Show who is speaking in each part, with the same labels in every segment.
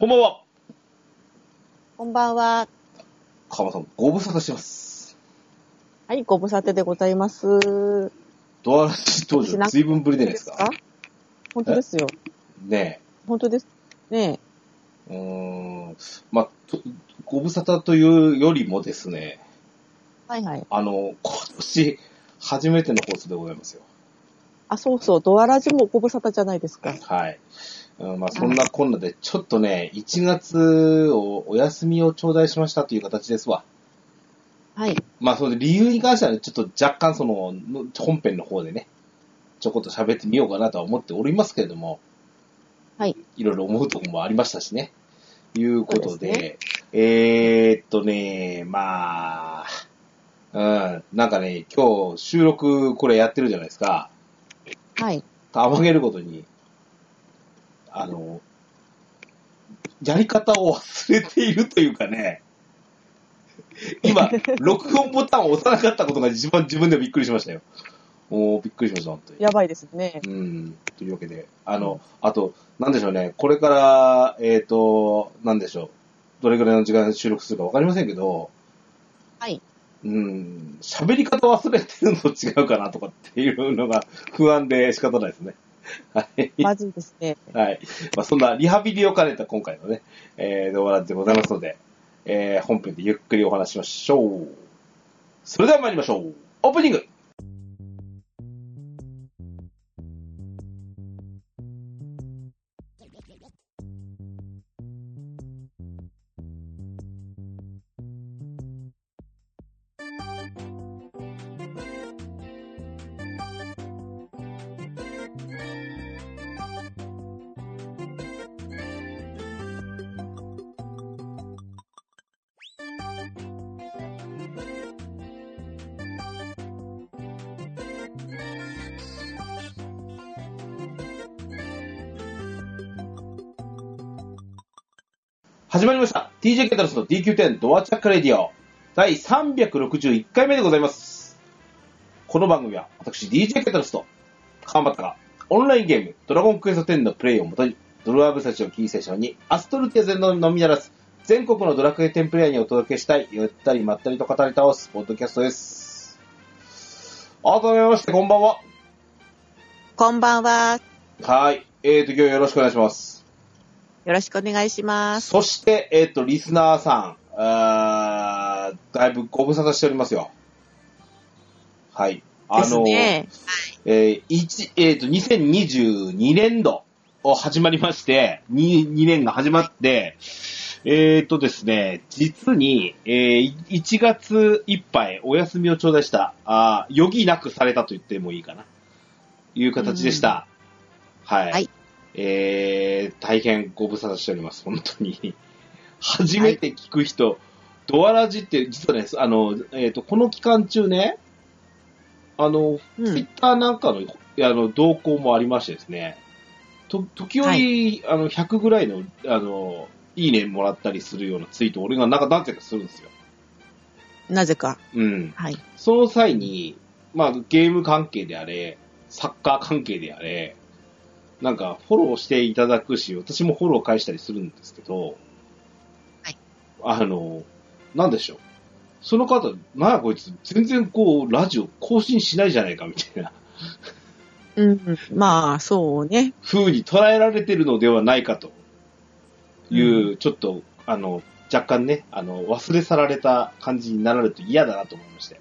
Speaker 1: こんばんは。
Speaker 2: こんばんは。
Speaker 1: 川間さん、ご無沙汰してます。
Speaker 2: はい、ご無沙汰でございます。
Speaker 1: ドアラジ登
Speaker 2: し
Speaker 1: 場、
Speaker 2: な
Speaker 1: 随分ぶりじゃないですか。
Speaker 2: 本当ですよ。
Speaker 1: ね
Speaker 2: 本当です。ね
Speaker 1: え。うーん。まあ、とご無沙汰というよりもですね、
Speaker 2: え。はいはい。
Speaker 1: あの、今年、初めての放送でございますよ。
Speaker 2: あ、そうそう、ドアラジもご無沙汰じゃないですか。
Speaker 1: はい。うんまあ、そんなこんなで、ちょっとね、1月をお休みを頂戴しましたという形ですわ。
Speaker 2: はい。
Speaker 1: まあ、その理由に関しては、ね、ちょっと若干その、の本編の方でね、ちょこっと喋ってみようかなとは思っておりますけれども、
Speaker 2: はい。
Speaker 1: いろいろ思うところもありましたしね。いうことで、
Speaker 2: そう
Speaker 1: えーっとね、まあ、うん、なんかね、今日収録これやってるじゃないですか。
Speaker 2: はい。
Speaker 1: たまげることに、あの、やり方を忘れているというかね、今、録音ボタンを押さなかったことが一番自分でもびっくりしましたよ。もうびっくりしました、本当に。
Speaker 2: やばいですね。
Speaker 1: うん、というわけで、あの、あと、なんでしょうね、これから、えっ、と、なんでしょう、どれぐらいの時間収録するかわかりませんけど、
Speaker 2: はい。
Speaker 1: うん、喋り方忘れてるの違うかなとかっていうのが不安で仕方ないですね。 はい。
Speaker 2: まずいですね。
Speaker 1: はい。まあ、そんなリハビリを兼ねた今回のね、えー、動画なんでございますので、えー、本編でゆっくりお話ししましょう。それでは参りましょう。オープニング始まりました。TJ ケタロスの DQ10 ドアチャックレディオ第361回目でございます。この番組は私 DJ ケタロスと川端がオンラインゲームドラゴンクエスト10のプレイをもとにドルアーブたちをキーセッションにアストルテゼののみならず全国のドラクエ10プレイヤーにお届けしたいゆったりまったりと語り倒すポッドキャストです。改めましてこんばんは。
Speaker 2: こんばんは。
Speaker 1: はい。えーと、今日はよろしくお願いします。
Speaker 2: よろしくお願いします。
Speaker 1: そして、えっ、と、リスナーさん、あーだいぶご無沙汰しておりますよ。はい。あ
Speaker 2: です
Speaker 1: の、
Speaker 2: ね。
Speaker 1: えー一えっ、と、2022年度を始まりまして、2, 2年が始まって、えっ、とですね、実に、えー1月いっぱいお休みを頂戴した、あー余儀なくされたと言ってもいいかな、いう形でした。はい。
Speaker 2: はい
Speaker 1: えー大変ご無沙汰しております、本当に。初めて聞く人、ドアラジって、実はね、あの、えっ、と、この期間中ね、あの、
Speaker 2: う
Speaker 1: ツイッ
Speaker 2: ん。
Speaker 1: ターなんかのあの動向もありましてですね、と時折、
Speaker 2: は
Speaker 1: あの100ぐらいのあのいいねもらったりするようなツイートを俺がなんか何てかするんですよ。
Speaker 2: なぜか。
Speaker 1: うん。
Speaker 2: はい。
Speaker 1: その際に、まあ、ゲーム関係であれ、サッカー関係であれ、なんかフォローしていただくし、私もフォロー返したりするんですけど、
Speaker 2: はい
Speaker 1: あの、なんでしょう。その方、なんやこいつ、全然こう、ラジオ更新しないじゃないかみたいな。
Speaker 2: うん。まあ、そうね。
Speaker 1: 風に捉えられてるのではないかという、
Speaker 2: う
Speaker 1: ちょっと、あの、若干ね、あの、忘れ去られた感じになられると嫌だなと思いまして。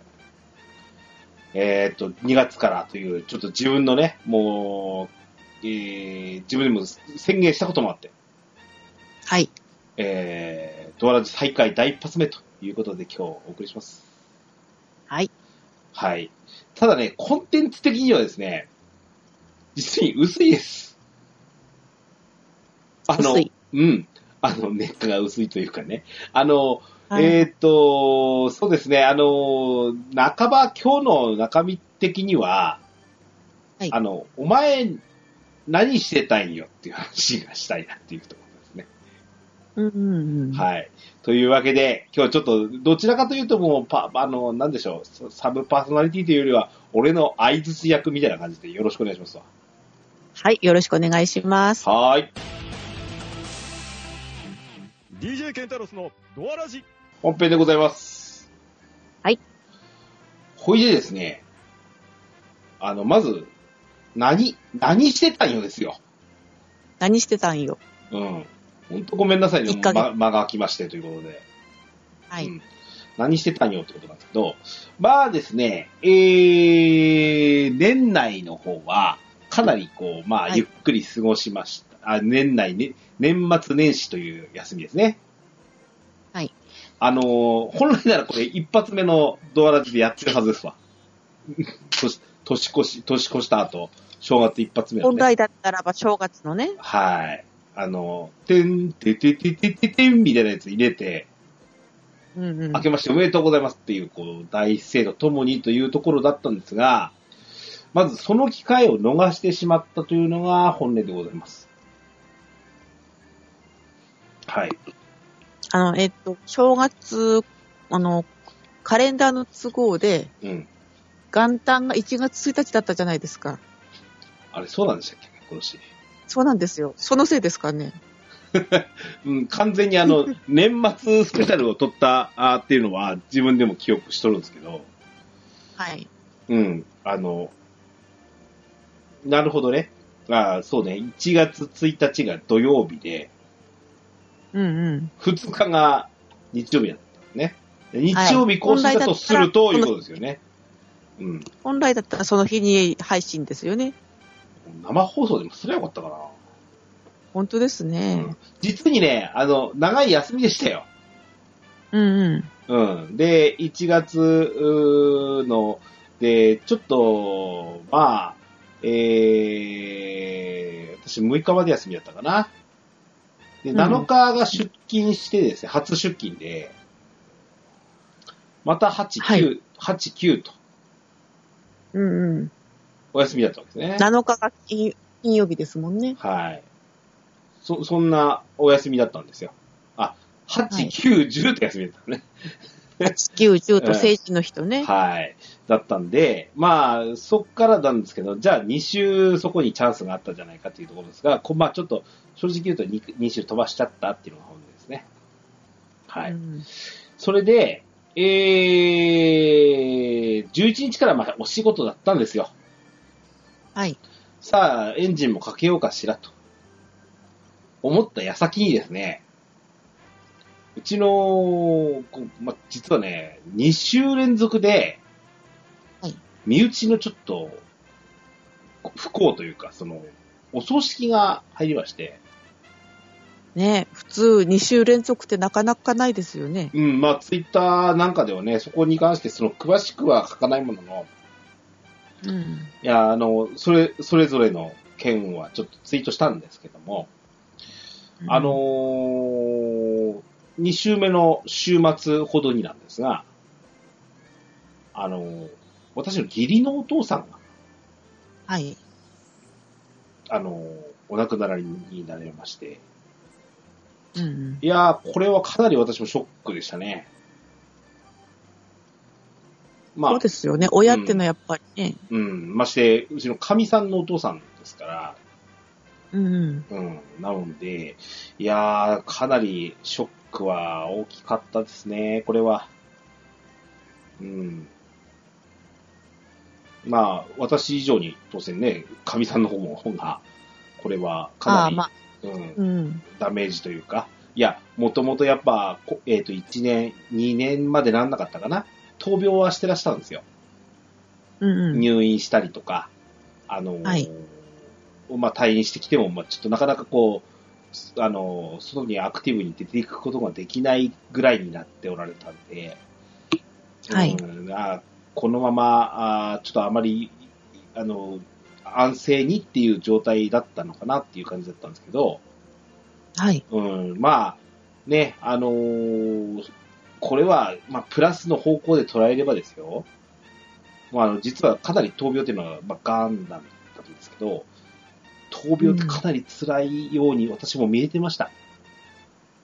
Speaker 1: えーっと、2月からという、ちょっと自分のね、もう、えー自分でも宣言したこともあって、
Speaker 2: はい。
Speaker 1: えー、ドアラジ再開第一発目ということで今日お送りします。
Speaker 2: はい。
Speaker 1: はい。ただね、コンテンツ的にはですね、実に薄いです。あの、
Speaker 2: 薄い
Speaker 1: うん。あの、ネットが薄いというかね。あの、
Speaker 2: はい
Speaker 1: えーっと、そうですね、あの、半ば、今日の中身的には、
Speaker 2: はい
Speaker 1: あの、お前、何してたんよっていう話がしたいなっていうところですね。
Speaker 2: うんうんうん。
Speaker 1: はい。というわけで、今日ちょっと、どちらかというともう、パ、あの、なんでしょうサ、サブパーソナリティというよりは、俺の相槌役みたいな感じでよろしくお願いしますわ。
Speaker 2: はい。よろしくお願いします。
Speaker 1: はーい。
Speaker 3: DJ ケンタロスのドアラジ。
Speaker 1: 本編でございます。
Speaker 2: はい。
Speaker 1: ほいでですね、あの、まず、何、何してたんよですよ。
Speaker 2: 何してたんよ。
Speaker 1: うん。ほんとごめんなさいね。
Speaker 2: 一ヶ月
Speaker 1: ま間が空きましてということで。
Speaker 2: はい。
Speaker 1: うん何してたんよってことなんですけど、まあですね、えー、年内の方は、かなりこう、まあ、
Speaker 2: はい
Speaker 1: ゆっくり過ごしました。あ年内ね、年末年始という休みですね。
Speaker 2: はい。
Speaker 1: あのー本来ならこれ一発目のドアラジでやってるはずですわ。 年年越し、年越した後、正月一発目の、
Speaker 2: 本
Speaker 1: ね。
Speaker 2: 来だったらば正月のね、
Speaker 1: はい。あの、てん、ててててててんみたいなやつ入れて、
Speaker 2: うんうん
Speaker 1: 明。けましておめでとうございますっていう、こう、大声とともにというところだったんですが、まずその機会を逃してしまったというのが本音でございます。はい。
Speaker 2: あの、えっと、正月、あの、カレンダーの都合で、
Speaker 1: うん。
Speaker 2: 元旦が1月1日だったじゃないですか。
Speaker 1: あれ、そうなんでしたっけ今年。
Speaker 2: そうなんですよ。そのせいですかね。
Speaker 1: うん、完全にあの、年末スペシャルを撮ったあーっていうのは自分でも記憶しとるんですけど、
Speaker 2: はい。
Speaker 1: うん、あの、なるほどね。ああ、そうね。1月1日が土曜日で、
Speaker 2: うんうん。
Speaker 1: 2日が日曜日だったんですね。で日曜日更新したとすると、
Speaker 2: 本
Speaker 1: い
Speaker 2: 来
Speaker 1: う
Speaker 2: だ
Speaker 1: こ
Speaker 2: ったら
Speaker 1: とですよね。うん。
Speaker 2: 本来だったらその日に配信ですよね。
Speaker 1: 生放送でもすればよかったかな。
Speaker 2: 本当ですね。
Speaker 1: 実にね、あの、長い休みでしたよ。
Speaker 2: うんうん。
Speaker 1: うん。で、1月うーの、で、ちょっと、まあ、えー、私6日まで休みだったかな。で、
Speaker 2: うん
Speaker 1: 7日が出勤してですね、初出勤で、また8、9、
Speaker 2: はい
Speaker 1: 8、9と
Speaker 2: うんうん。
Speaker 1: お休みだったわけですね。
Speaker 2: 7日が金金曜日ですもんね。
Speaker 1: はい。そ、そんなお休みだったんですよ。あ、8、
Speaker 2: はい
Speaker 1: 9、10って休みだったのね。
Speaker 2: 9、10と成人の日とね。
Speaker 1: はい。だったんで、まあ、そっからなんですけど、じゃあ2週そこにチャンスがあったじゃないかというところですが、こまあちょっと正直言うと 2, 2週飛ばしちゃったっていうのが本音ですね。はい。
Speaker 2: うん
Speaker 1: それで、えー、11日からまたお仕事だったんですよ。
Speaker 2: はい。
Speaker 1: さあ、エンジンもかけようかしらと。思った矢先にですね、うちの、こうま、実はね、2週連続で
Speaker 2: はい、
Speaker 1: 身内のちょっと、こ不幸というか、その、お葬式が入りまして、
Speaker 2: ね普通2週連続ってなかなかないですよね。
Speaker 1: うん、まあ、ツイッターなんかではね、そこに関して、その、詳しくは書かないものの、
Speaker 2: うん。
Speaker 1: いや、あの、それ、それぞれの件はちょっとツイートしたんですけども、あのー、2週目の週末ほどになんですが、あのー私の義理のお父さんが、
Speaker 2: はい。
Speaker 1: あのーお亡くなりになりまして、
Speaker 2: うんうん。
Speaker 1: いやー、これはかなり私もショックでしたね。ま
Speaker 2: そう
Speaker 1: あ、
Speaker 2: ですよね。親ってのはやっぱりね。
Speaker 1: うん、まして、うちのかみさんのお父さんですから、
Speaker 2: うんうん。
Speaker 1: うん、なので、いやー、かなりショックは大きかったですね、これは。うん。まあ、私以上に、当然ね、かみさんの方も、ほんが、これはか
Speaker 2: あ
Speaker 1: な
Speaker 2: あ、
Speaker 1: り、
Speaker 2: まあ、
Speaker 1: うん、
Speaker 2: うん。
Speaker 1: ダメージというか、いや、もともとやっぱ、こえっ、と、1年、2年までなんなかったかな、闘病はしてらしたんですよ。
Speaker 2: うんうん。
Speaker 1: 入院したりとか、あのー
Speaker 2: はい
Speaker 1: まあ、退院してきても、まあ、ちょっとなかなかこう、あのー外にアクティブに出ていくことができないぐらいになっておられたんで、
Speaker 2: はい
Speaker 1: うんあーこのまま、あーちょっとあまり、あのー安静にっていう状態だったのかなっていう感じだったんですけど、
Speaker 2: はい。
Speaker 1: うん、まあ、ね、あのーこれは、まあ、プラスの方向で捉えればですよ。まあ、あの、実はかなり闘病っていうのは、まあ、ガンなんだったんですけど、闘病ってかなり辛いように私も見えてました。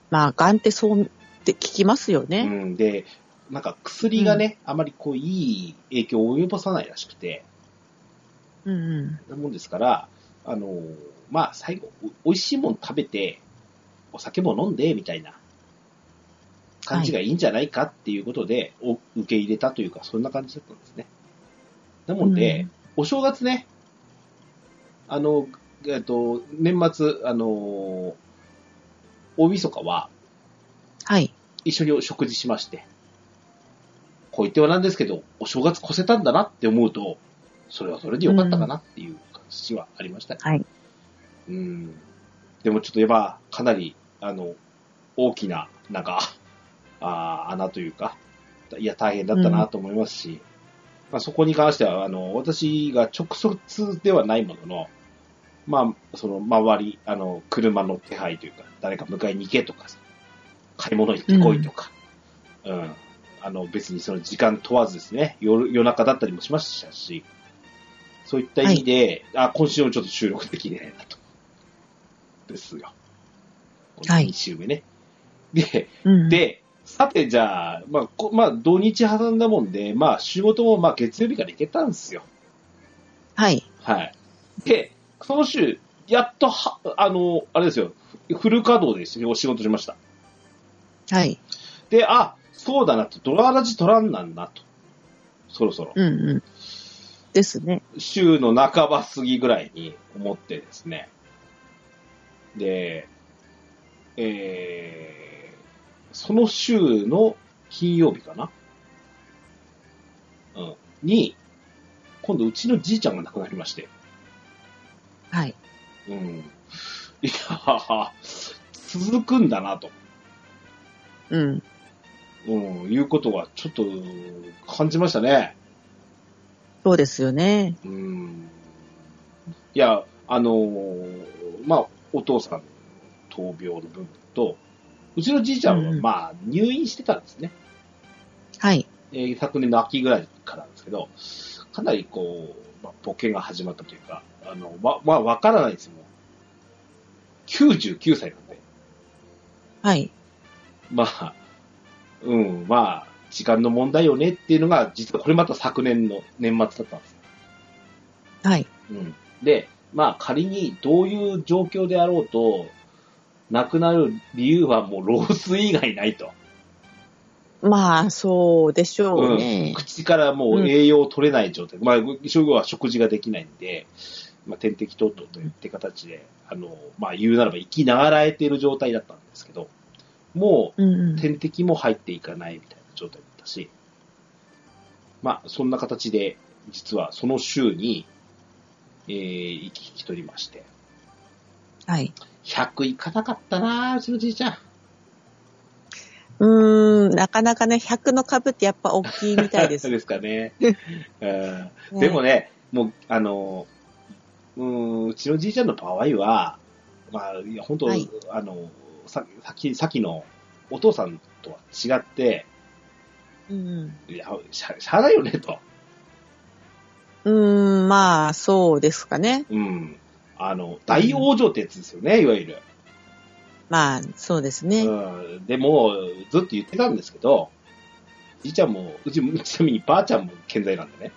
Speaker 2: まあ、がんってそうって聞きますよ
Speaker 1: う
Speaker 2: ね。
Speaker 1: ん、で、なんか薬がね、あまりこう、いい影響を及ぼさないらしくて、
Speaker 2: うんうん。
Speaker 1: なもんですから、あのーまあ、最後、お美味しいもの食べて、お酒も飲んで、みたいな感じがいいんじゃないかっていうことで、お受け入れたというか、そんな感じだったんですね。なので、お正月ね、あの、えっと、年末、あの、大晦日は
Speaker 2: はい。
Speaker 1: 一緒にお食事しまして、こう言ってはなんですけど、お正月越せたんだなって思うと、それはそれでよかったかなっていう感じはありましたね。
Speaker 2: はい。
Speaker 1: うん。でもちょっとやっぱ、かなり、あの、大きな、なんか、あー穴というか、いや、大変だったなと思いますし、まあ、そこに関しては、あの、私が直接ではないものの、まあ、その、周り、あの、車の手配というか、誰か迎えに行けとかさ、買い物行ってこいとか、うん、あの、別にその時間問わずですね、夜、夜中だったりもしましたし、そういった意味で、あ、今週もちょっと収録できないなと。ですよ。
Speaker 2: はい
Speaker 1: 2週目ね。で、
Speaker 2: うん、
Speaker 1: で、さてじゃあ、まあ、こまあ、土日挟んだもんで、まあ、仕事もまあ、月曜日から行けたんですよ。
Speaker 2: はい。
Speaker 1: はい。で、その週、やっとは、あの、あれですよ、フル稼働でお仕事しました。
Speaker 2: はい。
Speaker 1: で、あ、そうだなと、ドララジ取らんなんなと。そろそろ、
Speaker 2: うんうん。ですね。
Speaker 1: 週の半ば過ぎぐらいに思ってですね。で、えー、その週の金曜日かなうん。に、今度うちのじいちゃんが亡くなりまして。
Speaker 2: はい。
Speaker 1: うん。いやー続くんだなと。
Speaker 2: うん。
Speaker 1: うん、いうことはちょっと感じましたね。
Speaker 2: そうですよね。
Speaker 1: うん。いや、あのーまあ、お父さんの闘病の部分と、うちのじいちゃんは、
Speaker 2: うん
Speaker 1: まあ、入院してたんですね。
Speaker 2: はい。
Speaker 1: えー昨年の秋ぐらいからですけど、かなりこう、まあ、ボケが始まったというか、あの、わ、まあ、わからないですよ。もう99歳なんで。
Speaker 2: はい。
Speaker 1: まあ、うん、まあ、時間の問題よねっていうのが、実はこれまた昨年の年末だったんですよ。
Speaker 2: はい。
Speaker 1: うん。で、まあ仮にどういう状況であろうと、亡くなる理由はもう老衰以外ないと。
Speaker 2: まあ、そうでしょうね。
Speaker 1: 口からもう栄養を取れない状態。まあ、職業は食事ができないんで、まあ、点滴等々といって形で、あの、まあ言うならば生きながらえている状態だったんですけど、も
Speaker 2: うん、う。
Speaker 1: うん点滴も入っていかないみたいな状態だったし、まあそんな形で、実はその週に、えー、生き引き取りまして、
Speaker 2: はい。
Speaker 1: 100いかなかったなぁ、うちのじいちゃん。
Speaker 2: うーん、なかなかね、100の株ってやっぱ大きいみたいです
Speaker 1: そう
Speaker 2: ね。
Speaker 1: ですかね。うんでもね、もう、あの、うーん、うちのじいちゃんの場合は、まあ、いや、本当、
Speaker 2: はい
Speaker 1: あの、ささっき、さっきのお父さんとは違って、
Speaker 2: うん。
Speaker 1: いや、しゃ、しゃあないよね、と。
Speaker 2: うーん、まあ、そうですかね。
Speaker 1: うん。あの、大往生ってやつですよね、いわゆる。
Speaker 2: まあ、そうですね。
Speaker 1: うん。でも、ずっと言ってたんですけど、じいちゃんも、うち、ちなみにばあちゃんも健在なんでね。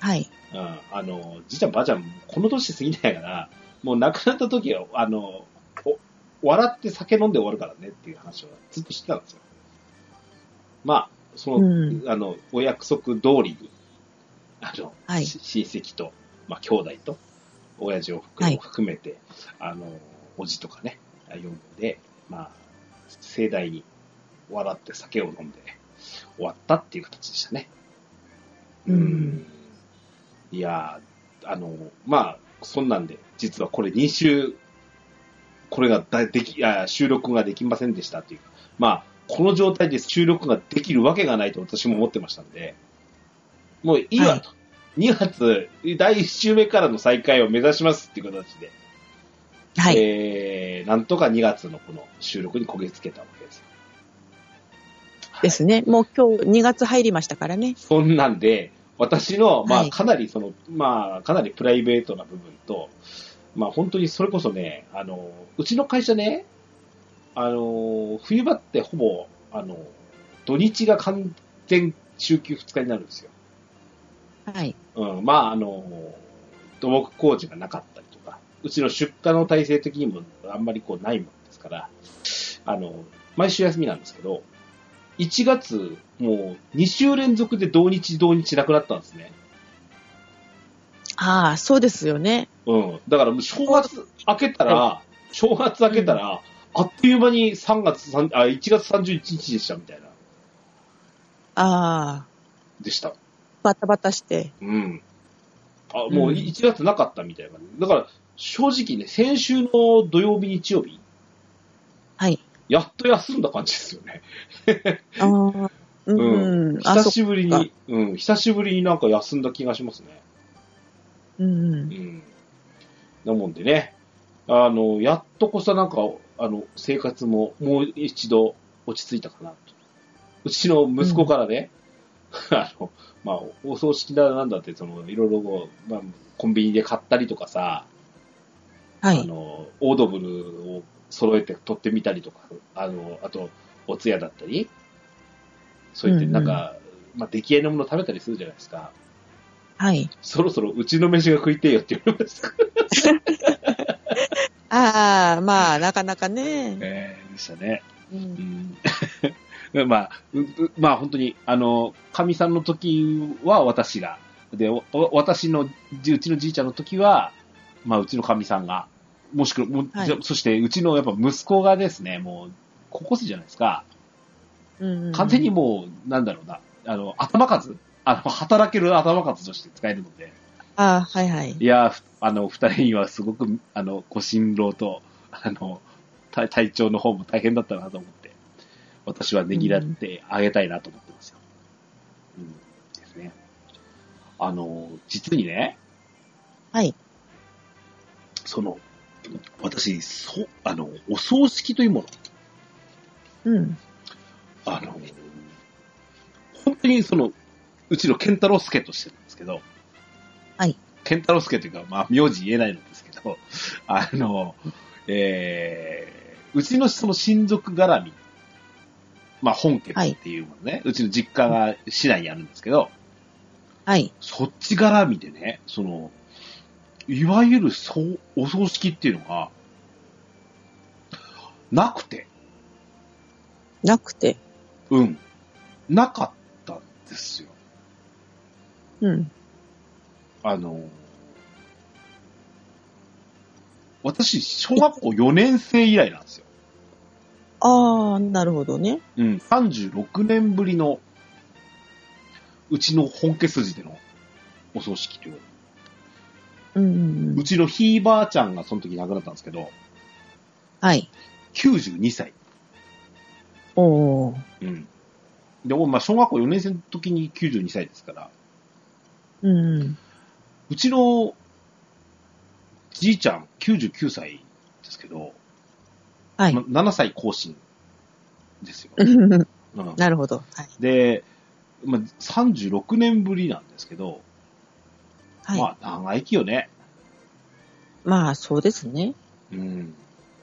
Speaker 2: はい。
Speaker 1: うんあの、じいちゃんばあちゃん、この年過ぎないから、もう亡くなった時は、あの、お笑って酒飲んで終わるからねっていう話をずっとしてたんですよ。まあ、その、
Speaker 2: うん
Speaker 1: あの、お約束通りに、あの、
Speaker 2: はい
Speaker 1: し親戚と、まあ、兄弟と、親父を含
Speaker 2: は
Speaker 1: め
Speaker 2: い
Speaker 1: 含めて、あの、おじとかね、呼んで、まあ、盛大に笑って酒を飲んで、終わったっていう形でしたね。
Speaker 2: うん
Speaker 1: いやー、あの、まあ、そんなんで、実はこれ2週、これがだできあ収録ができませんでしたっていうか、まあ、この状態で収録ができるわけがないと私も思ってましたんで、もういい
Speaker 2: は
Speaker 1: わ
Speaker 2: い
Speaker 1: と。2月、第1週目からの再開を目指しますっていう形で、
Speaker 2: はい。
Speaker 1: えー、なんとか2月のこの収録にこぎつけたわけですよ。
Speaker 2: ですね。もう今日2月入りましたからね。
Speaker 1: そんなんで、私の、ま
Speaker 2: は
Speaker 1: あ、
Speaker 2: い
Speaker 1: かなりその、まあ、かなりプライベートな部分と、まあ、本当にそれこそね、あの、うちの会社ね、あの、冬場ってほぼ、あの、土日が完全週休2日になるんですよ。
Speaker 2: はい。
Speaker 1: うん、まあ、あの、土木工事がなかったりとか、うちの出荷の体制的にもあんまりこうないもんですから、あの、毎週休みなんですけど、 1月、もう2週連続で同日同日なくなったんですね。
Speaker 2: ああ、そうですよね。
Speaker 1: うん。だからもう正月明けたら、正月明けたら、あっという間に3月3、あ、1月31日でしたみたいな。
Speaker 2: ああ、
Speaker 1: でした。
Speaker 2: バタバタして。
Speaker 1: うん。あ、もううん1月なかったみたいな感じ。だから、正直ね、先週の土曜日、日曜日、
Speaker 2: はい。
Speaker 1: やっと休んだ感じですよね。
Speaker 2: ああ、うん、うん。あ
Speaker 1: 久
Speaker 2: そ
Speaker 1: しぶりに、うん、久しぶりになんか休んだ気がしますね。
Speaker 2: うんう。
Speaker 1: うんん。なもんでね、あの、やっとこそなんか、あの、生活ももう一度落ち着いたかなと。うちの息子からね、 あの、まあ、お葬式だなんだって、その、いろいろこう、まあ、コンビニで買ったりとかさ、
Speaker 2: は
Speaker 1: あ
Speaker 2: い。
Speaker 1: の、オードブルを揃えて撮ってみたりとか、あの、あと、お通夜だったり、そうやってなんか、まあ、出来合いのもの食べたりするじゃないですか。
Speaker 2: はい。
Speaker 1: そろそろうちの飯が食いてえよって言われました。
Speaker 2: ああ、まあ、なかなかね。
Speaker 1: ええでしたね。
Speaker 2: う、
Speaker 1: うんん。 まあ、ううまあ本当に、あの、神さんの時は私が、で、おお私の、じうちのじいちゃんの時は、まあうちの神さんが、もしくは、もう
Speaker 2: はい
Speaker 1: じゃそしてうちのやっぱ息子がですね、もう、高校生じゃないですか。
Speaker 2: うんうん
Speaker 1: 完全にもう、なんだろうな、あの、頭数あの、働ける頭数として使えるので、
Speaker 2: ああ、はいはい。
Speaker 1: いやーふあの、二人にはすごく、あの、ご心労と、あの、体体調の方も大変だったなと思って、私はねぎらってあげたいなと思ってますよ。うん、ですね。あの、実にね、
Speaker 2: はい。
Speaker 1: その、私、そう、あの、お葬式というもの、
Speaker 2: うん。
Speaker 1: あの、本当にその、うちの健太郎助としてるんですけど、
Speaker 2: はい。
Speaker 1: 健太郎助というか、まあ、名字言えないんですけど、 あの、えー、うちのその親族絡み、まあ、本家っていうものね、うちの実家が市内にあるんですけど、
Speaker 2: はい。
Speaker 1: そっち絡みでね、その、いわゆるそうお葬式っていうのが、なくて、
Speaker 2: なくて。
Speaker 1: うん、なかったんですよ。
Speaker 2: うん。
Speaker 1: あの、私、小学校4年生以来なんですよ。
Speaker 2: ああ、なるほどね。
Speaker 1: うん。36年ぶりの、うちの本家筋でのお葬式という。
Speaker 2: うんうんう。
Speaker 1: うんちのひいばあちゃんがその時亡くなったんですけど、
Speaker 2: はい。
Speaker 1: 92歳。
Speaker 2: おお。
Speaker 1: うん。でも、まあ、小学校4年生の時に92歳ですから、
Speaker 2: うんうん。
Speaker 1: うちのじいちゃん99歳ですけど、
Speaker 2: はい。
Speaker 1: ま7歳更新ですよ。うん
Speaker 2: なるほど。はい。
Speaker 1: で、まあ、36年ぶりなんですけど、
Speaker 2: はい。
Speaker 1: まあ、長生きよね。
Speaker 2: まあ、そうですね。
Speaker 1: うん。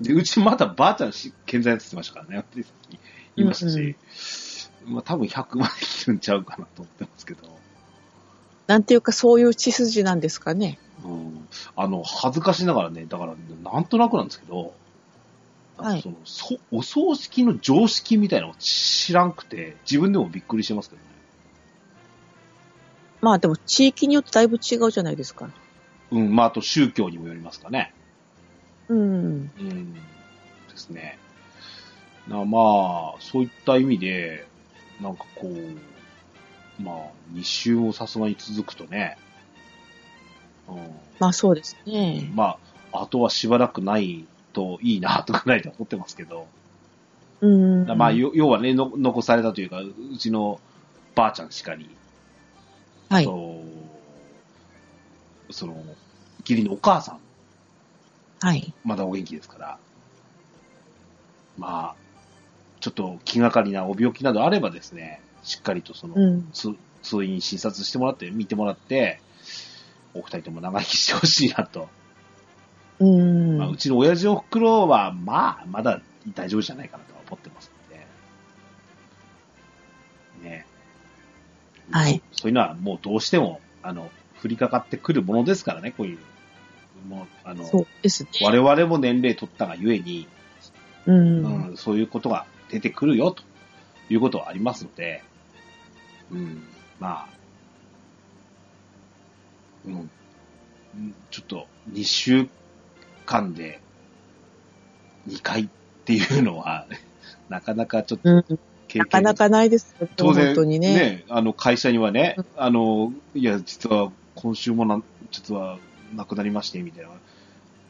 Speaker 1: で、うちまだばあちゃんし健在やってましたからね、やってる時言いましたし、まあ、多分100まで生きるんちゃうかなと思ってますけど、
Speaker 2: なんていうか、そういう血筋なんですかね。
Speaker 1: うん。あの、恥ずかしながらね、だから、なんとなくなんですけど、
Speaker 2: はい
Speaker 1: そのそお葬式の常識みたいなのを知らんくて、自分でもびっくりしてますけどね。
Speaker 2: まあ、でも、地域によってだいぶ違うじゃないですか。
Speaker 1: うん、まあ、あと宗教にもよりますかね。
Speaker 2: うん。
Speaker 1: うん、ですね。なまあ、そういった意味で、なんかこう、まあ、2週をさすがに続くとね、う
Speaker 2: まあ、そうです
Speaker 1: ん、
Speaker 2: ね。
Speaker 1: まあ、あとはしばらくないといいな、とぐらいで思ってますけど、
Speaker 2: うん。
Speaker 1: まあ、よ要はねの、残されたというか、うちのばあちゃんしかり、
Speaker 2: はい。
Speaker 1: そうその、義理のお母さん、
Speaker 2: はい。
Speaker 1: まだお元気ですから、まあ、ちょっと気がかりなお病気などあればですね、しっかりとその、
Speaker 2: うん。
Speaker 1: つ通院診察してもらって、見てもらって、お二人とも長生きしてほしいなと。
Speaker 2: うん。
Speaker 1: まあ、うちの親父おふくろは、まあ、まだ大丈夫じゃないかなとは思ってますので。ね。
Speaker 2: はい
Speaker 1: そ。そういうのはもうどうしても、あの、降りかかってくるものですからね、こういう。もう、あの、
Speaker 2: そうですね。
Speaker 1: 我々も年齢取ったがゆえに、
Speaker 2: うん。
Speaker 1: うん、そういうことが出てくるよということはありますので、うん、まあ、うん、うんちょっと2週間で2回っていうのは、 なかなかちょっと
Speaker 2: うん。
Speaker 1: 経験
Speaker 2: なかなかないですよ。
Speaker 1: 当然
Speaker 2: 本当にね。
Speaker 1: あの会社にはね
Speaker 2: うん、
Speaker 1: あの、いや、実は今週もなん、実は亡くなりまして、みたいな。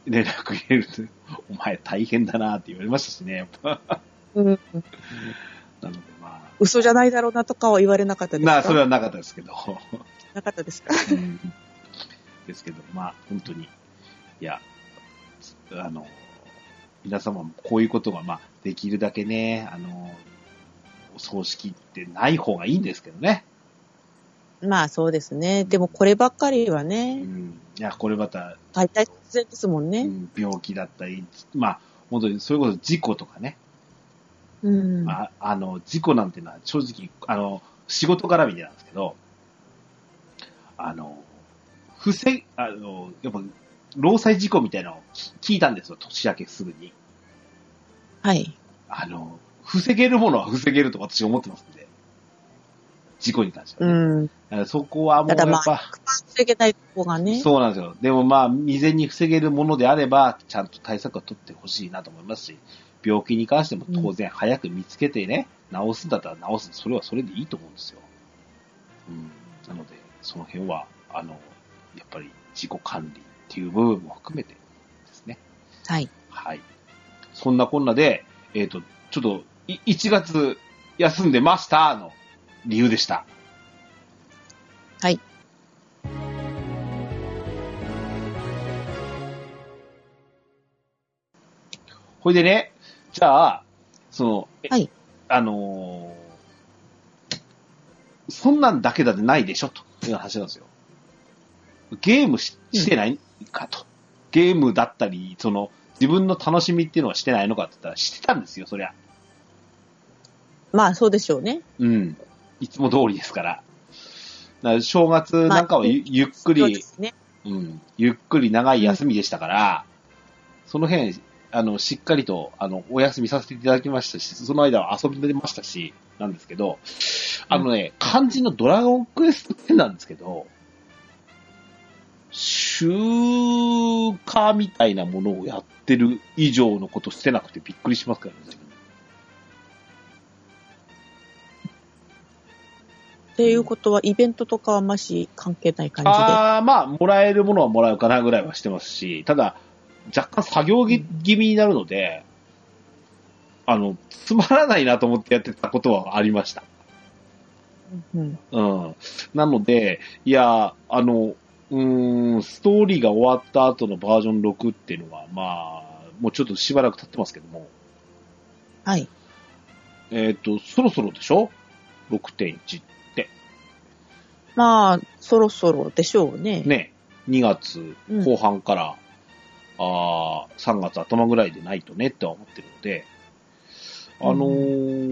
Speaker 1: 連絡入れると、お前大変だなって言われましたしね、やっぱ。
Speaker 2: うん。
Speaker 1: なのでま
Speaker 2: 嘘じゃないだろうなとかは言われなかった
Speaker 1: あ、
Speaker 2: ですか
Speaker 1: なそれはなかったですけど。
Speaker 2: なかったですか
Speaker 1: うんですけど、まあ、本当に、いや、あの、皆様もこういうことが、まあ、できるだけね、あの、お葬式ってない方がいいんですけどね。
Speaker 2: まあそうですね。でもこればっかりは
Speaker 1: う
Speaker 2: ね、
Speaker 1: ん。いや、これまた、
Speaker 2: 解体必然ですもん
Speaker 1: う
Speaker 2: ね。
Speaker 1: ん病気だったり、まあ、本当に、それこそ事故とかね、
Speaker 2: うん。
Speaker 1: まあ、あの、事故なんてのは正直、あの、仕事絡みでなんですけど、あの、不正、あの、やっぱ、労災事故みたいなのを聞聞いたんですよ、年明けすぐに。
Speaker 2: はい。
Speaker 1: あの、防げるものは防げると私思ってますんで。事故に関して
Speaker 2: う
Speaker 1: は、ね
Speaker 2: ん。
Speaker 1: だからそこはもうやっぱ、
Speaker 2: ただま防げないとこがね。
Speaker 1: そうなんですよ。でもまあ、未然に防げるものであれば、ちゃんと対策を取ってほしいなと思いますし、病気に関しても当然早く見つけてね、治すんだったら治す、それはそれでいいと思うんですよ。うん。なので、その辺は、あの、やっぱり自己管理っていう部分も含めてですね。
Speaker 2: はい。
Speaker 1: はい。そんなこんなで、えっ、と、ちょっと、い1月休んでましたの理由でした。
Speaker 2: はい。
Speaker 1: ほいでね、じゃあ、その、え
Speaker 2: はい
Speaker 1: あのーそんなんだけだってないでしょ、という話なんですよ。ゲームししてないかと。ゲームだったり、その、自分の楽しみっていうのはしてないのかって言ったら、してたんですよ、そりゃ。
Speaker 2: まあそうでしょうね。
Speaker 1: うん。いつも通りですから。だから正月なんかはゆ,、ゆっく
Speaker 2: そうで
Speaker 1: り、
Speaker 2: すね。
Speaker 1: うん、ゆっくり長い休みでしたから、その辺、あの、しっかりと、あの、お休みさせていただきましたし、その間は遊びに出ましたし、なんですけど、あのね、肝心のドラゴンクエスト10なんですけど、集荷みたいなものをやってる以上のことしてなくてびっくりしますからね。
Speaker 2: っていうことは、イベントとかはあんまし関係ない感じ
Speaker 1: ああーまあ、もらえるものはもらうかなぐらいはしてますし、ただ、若干作業ぎ気味になるので、あの、つまらないなと思ってやってたことはありました。
Speaker 2: で。うん。
Speaker 1: うん。なので、いや、あの、うーん、ストーリーが終わった後のバージョン6っていうのは、まあ、もうちょっとしばらく経ってますけども、
Speaker 2: はい。
Speaker 1: えっ、と、そろそろでしょ ?6.1。
Speaker 2: まあ、そろそろでしょうね。
Speaker 1: ね、2月後半から、あー3月頭ぐらいでないとねっては思ってるので、あの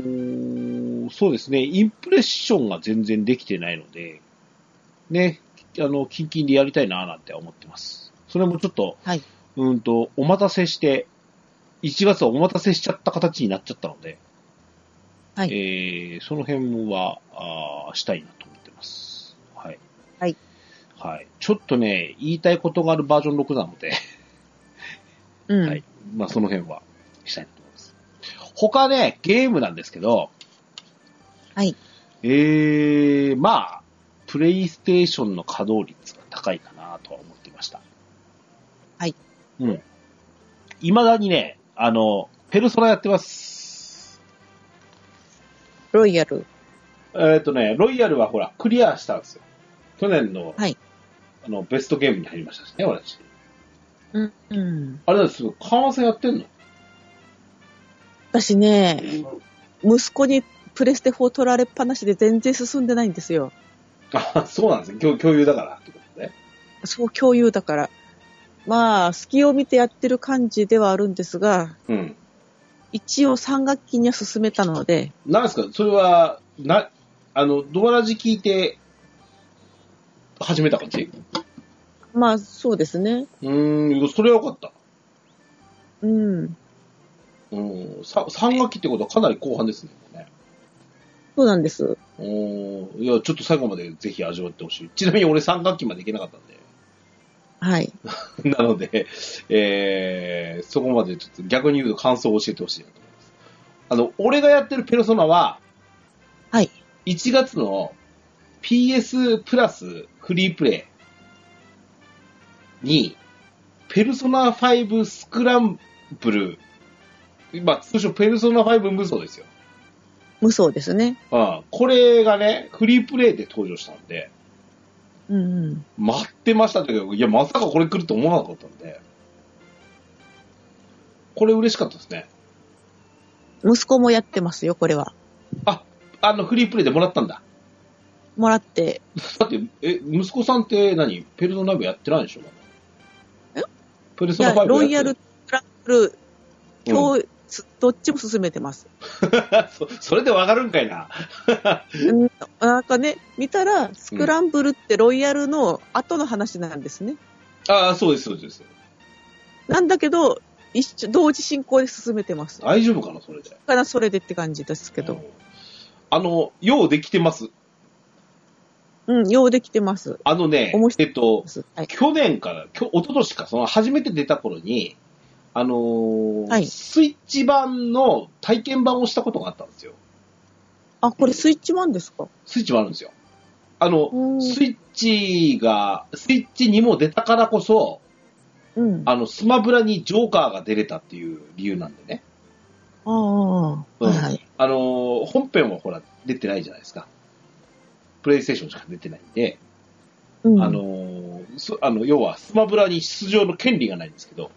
Speaker 1: ーそうですね、インプレッションが全然できてないので、ね、あの、キンキンでやりたいなーなんて思ってます。それもちょっと、
Speaker 2: はいう
Speaker 1: ーんと、お待たせして、1月はお待たせしちゃった形になっちゃったので、
Speaker 2: はい
Speaker 1: えーその辺は、あーしたいなと思ってます。はい。
Speaker 2: はい。
Speaker 1: はい。ちょっとね、言いたいことがあるバージョン6なので、
Speaker 2: うん。
Speaker 1: はい。まあ、その辺は、したいなと思います。他ね、ゲームなんですけど、
Speaker 2: はい。
Speaker 1: えー、まあ、プレイステーションの稼働率が高いかなとは思ってました。
Speaker 2: はい。
Speaker 1: うん。未だにね、あの、ペルソナやってます。
Speaker 2: ロイヤル。
Speaker 1: えーっ、とね、ロイヤルはほら、クリアしたんですよ。去年の、
Speaker 2: はい
Speaker 1: あの、ベストゲームに入りましたしね、私。
Speaker 2: うん。うん。
Speaker 1: あれなんですよ、カーン戦やってんの
Speaker 2: 私ね、息子にプレステ4取られっぱなしで全然進んでないんですよ。
Speaker 1: あ、そうなんですね。共共有だからってことね。
Speaker 2: そう共有だから。まあ、隙を見てやってる感じではあるんですが、
Speaker 1: うん。
Speaker 2: 一応3学期には進めたので、
Speaker 1: なんですかそれは、な、あの、ドアラジ聞いて、始めた感じ
Speaker 2: まあ、そうですね。
Speaker 1: うーん、それはよかった。
Speaker 2: うん。
Speaker 1: うん、さ3学期ってことはかなり後半ですね。もうね
Speaker 2: そうなんです。
Speaker 1: おーいや、ちょっと最後までぜひ味わってほしい。ちなみに俺3学期まで行けなかったんで。
Speaker 2: はい。
Speaker 1: なので、えー、そこまでちょっと逆に言うと感想を教えてほしいなと思います。あの、俺がやってるペルソナは、
Speaker 2: はい。
Speaker 1: 1月の PS プラスフリープレイに、ペルソナ5スクランブル、まあ、通称ペルソナ5無双ですよ。
Speaker 2: 無双ですね。
Speaker 1: うん。これがね、フリープレイで登場したんで、
Speaker 2: うんうん。
Speaker 1: 待ってましたけど、いや、まさかこれ来ると思わなかったんで、これ嬉しかったですね。
Speaker 2: 息子もやってますよ、これは。
Speaker 1: あの、フリープレイでもらったんだ。
Speaker 2: もらって、
Speaker 1: だって、え、息子さんって何ペルソナ5やってないでしょ
Speaker 2: え
Speaker 1: ペル
Speaker 2: い
Speaker 1: ソナ
Speaker 2: や、
Speaker 1: 5やって
Speaker 2: ロイヤルトラブ
Speaker 1: う
Speaker 2: ル、
Speaker 1: ん
Speaker 2: と、どっちも進めてます。
Speaker 1: そそれでわかるんかいな。
Speaker 2: うんなんかね、見たら、スクランブルってロイヤルの後の話なんですね。
Speaker 1: ああ、そうです、そうです。
Speaker 2: なんだけど、一緒、同時進行で進めてます。だ
Speaker 1: 大丈夫かな、それで。
Speaker 2: からそれでって感じですけ
Speaker 1: うん
Speaker 2: ど。
Speaker 1: あの、ようできてます。
Speaker 2: うん、ようできてます。
Speaker 1: あのね
Speaker 2: 面、白
Speaker 1: えっと、
Speaker 2: はい。
Speaker 1: 去年から、きょ一昨年か、その初めて出た頃に、あのー
Speaker 2: はい
Speaker 1: スイッチ版の体験版をしたことがあったんですよ。
Speaker 2: あ、これスイッチマンですか
Speaker 1: スイッチもあるんですよ。あの、
Speaker 2: うん
Speaker 1: スイッチが、スイッチにも出たからこそ、
Speaker 2: うん。あ
Speaker 1: あの、スマブラにジョーカーが出れたっていう理由なんでね。
Speaker 2: あああ、
Speaker 1: うん
Speaker 2: はいはい。
Speaker 1: あのー、本編はほら、出てないじゃないですか。プレイステーションしか出てないんで、
Speaker 2: うん、
Speaker 1: あのー、そあの、要は、スマブラに出場の権利がないんですけど、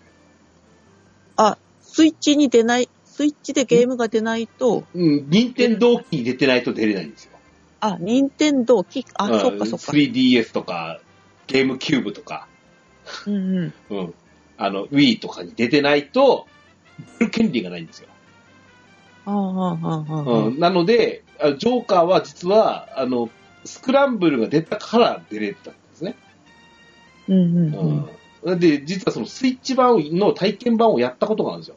Speaker 2: あ、スイッチに出ない、スイッチでゲームが出ないと、
Speaker 1: うん、任天堂機に出てないと出れないんですよ。
Speaker 2: あ、任天堂キック、あ、
Speaker 1: うん
Speaker 2: そっかそっか。
Speaker 1: 3DS とか、ゲームキューブとか、
Speaker 2: うんうん。
Speaker 1: うん、あの、Wii とかに出てないと、出る権利がないんですよ。
Speaker 2: ああ、ああ、ああ
Speaker 1: う。ん、なので、あジョーカーは実は、あの、スクランブルが出たから出れてたんですね。
Speaker 2: うんうんうん。
Speaker 1: うん。で、実はそのスイッチ版の体験版をやったことがあるんですよ。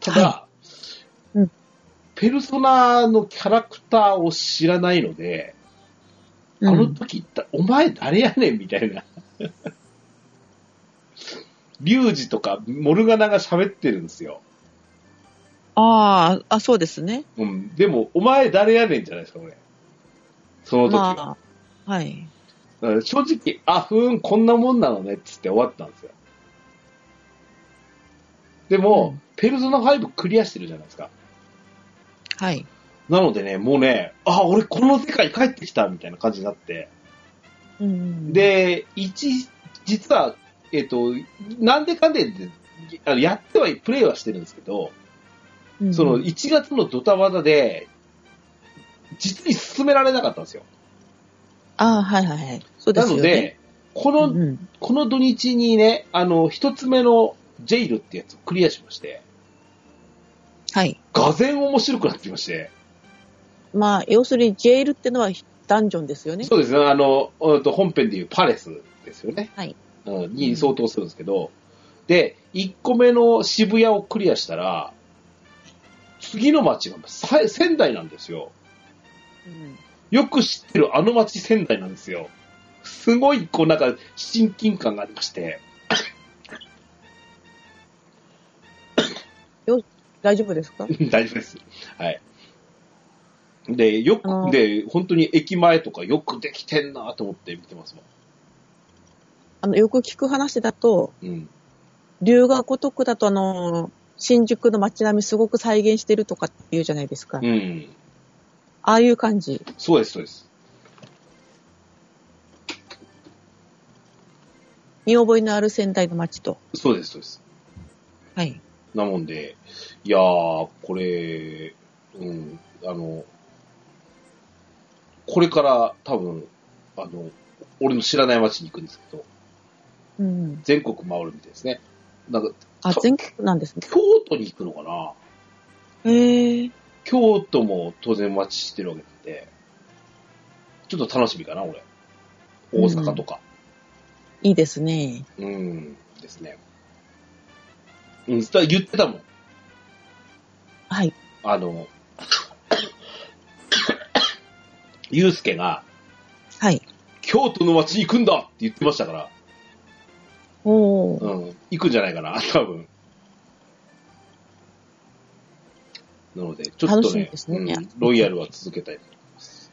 Speaker 1: ただ、
Speaker 2: はうん
Speaker 1: ペルソナのキャラクターを知らないので、あ
Speaker 2: う
Speaker 1: の
Speaker 2: ん
Speaker 1: 時言った、お前誰やねんみたいな。リュウジとかモルガナが喋ってるんですよ。
Speaker 2: ああ、あ、そうですね。
Speaker 1: うん。でも、お前誰やねんじゃないですか、俺。その時は。
Speaker 2: まあ、はい。
Speaker 1: だから正直、あ、ふーん、こんなもんなのねっつって終わったんですよ。でも、
Speaker 2: うん
Speaker 1: ペルソナ5クリアしてるじゃないですか。
Speaker 2: はい。
Speaker 1: なのでね、もうね、あ、俺この世界帰ってきたみたいな感じになって。
Speaker 2: うんうん、
Speaker 1: で、一、実は、えっ、と、なんでかんでであのやっては、プレイはしてるんですけど、
Speaker 2: うんうん
Speaker 1: その、1月のドタバタで、実に進められなかったんですよ。
Speaker 2: ああ、はいはいはい。そうです
Speaker 1: な
Speaker 2: よ、
Speaker 1: の
Speaker 2: ね。
Speaker 1: で、この
Speaker 2: うんうん、
Speaker 1: この土日にね、あの、一つ目のジェイルってやつをクリアしまして、
Speaker 2: はい。
Speaker 1: がぜん面白くなってきまして、
Speaker 2: まあ、要するに、ジェイルってのはダンジョンですよね。
Speaker 1: そうですね、あの、うんと本編でいうパレスですよね。
Speaker 2: はい
Speaker 1: うん、に相当するんですけど、で、1個目の渋谷をクリアしたら、次の街がさ仙台なんですよ。
Speaker 2: うん
Speaker 1: よく知ってるあの街仙台なんですよ。すごい、こうなんか、親近感がありまして、
Speaker 2: 大丈夫ですか
Speaker 1: うん大丈夫です。はい。で、よ
Speaker 2: あの
Speaker 1: く、で、本当に駅前とかよくできてんなと思って見てますも
Speaker 2: あの、よく聞く話だと、
Speaker 1: ん。うん。
Speaker 2: 龍が如くだと、あの、新宿の街並みすごく再現してるとかって言うじゃないですか。
Speaker 1: うん。
Speaker 2: ああいう感じ。
Speaker 1: そうです、そうです。
Speaker 2: 見覚えのある仙台の街と。
Speaker 1: そうです、そうです。
Speaker 2: はい。
Speaker 1: なもんで、いやー、これ、うん、あの、これから多分、あの、俺の知らない街に行くんですけど、
Speaker 2: うん。
Speaker 1: 全国回るみたいですね。なんか、
Speaker 2: あ、
Speaker 1: と
Speaker 2: 全国なんですね。
Speaker 1: 京都に行くのかな
Speaker 2: へえ。
Speaker 1: 京都も当然待ちしてるわけなんで、ちょっと楽しみかな、俺。大阪とか。
Speaker 2: いいですね。
Speaker 1: うん、ですね。うん、だ言ってたもん。
Speaker 2: はい。
Speaker 1: あの、ユうスケが、
Speaker 2: はい。
Speaker 1: 京都の街行くんだって言ってましたから、
Speaker 2: おー。
Speaker 1: うん、行くんじゃないかな、多分。なので、ちょっ
Speaker 2: 楽
Speaker 1: と
Speaker 2: しみ
Speaker 1: ね、
Speaker 2: ですね
Speaker 1: うんロイヤルは続けたいと思います。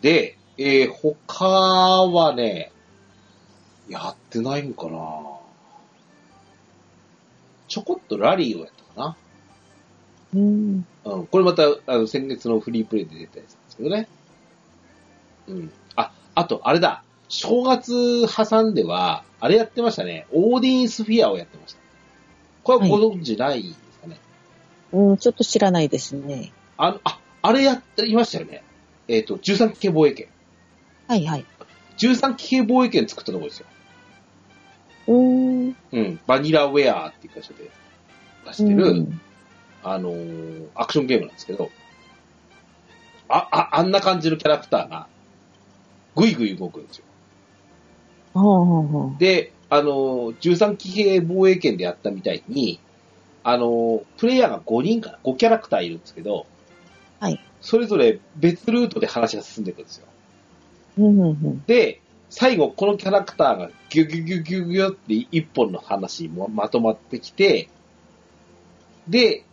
Speaker 1: で、えー、他はね、やってないんかなちょこっとラリーをやったか
Speaker 2: うん。
Speaker 1: な。うん、これまた、あの、先月のフリープレイで出たやつなんですけどね。うん。あ、あと、あれだ。正月挟んでは、あれやってましたね。オーディンスフィアをやってました。これはご存知ないですかね。
Speaker 2: うん、ちょっと知らないですね。
Speaker 1: あの、あ、あれやっていましたよね。えっ、と、13期系防衛圏。
Speaker 2: はいはい。
Speaker 1: 13期系防衛圏作ったとこですよ。
Speaker 2: おー。
Speaker 1: うん。バニラウェアっていう会社で出してる、
Speaker 2: うん
Speaker 1: あのーアクションゲームなんですけど、あ、あ、あんな感じのキャラクターが、ぐいぐい動くんですよ。
Speaker 2: はあは
Speaker 1: で、あのー13騎兵防衛圏でやったみたいに、あのープレイヤーが5人かな、5キャラクターいるんですけど、
Speaker 2: はい
Speaker 1: それぞれ別ルートで話が進んでいくんですよ。
Speaker 2: あ。うんうんうん。
Speaker 1: で、最後、このキャラクターがギュギュギュギュギュって一本の話にままとまってきて、で、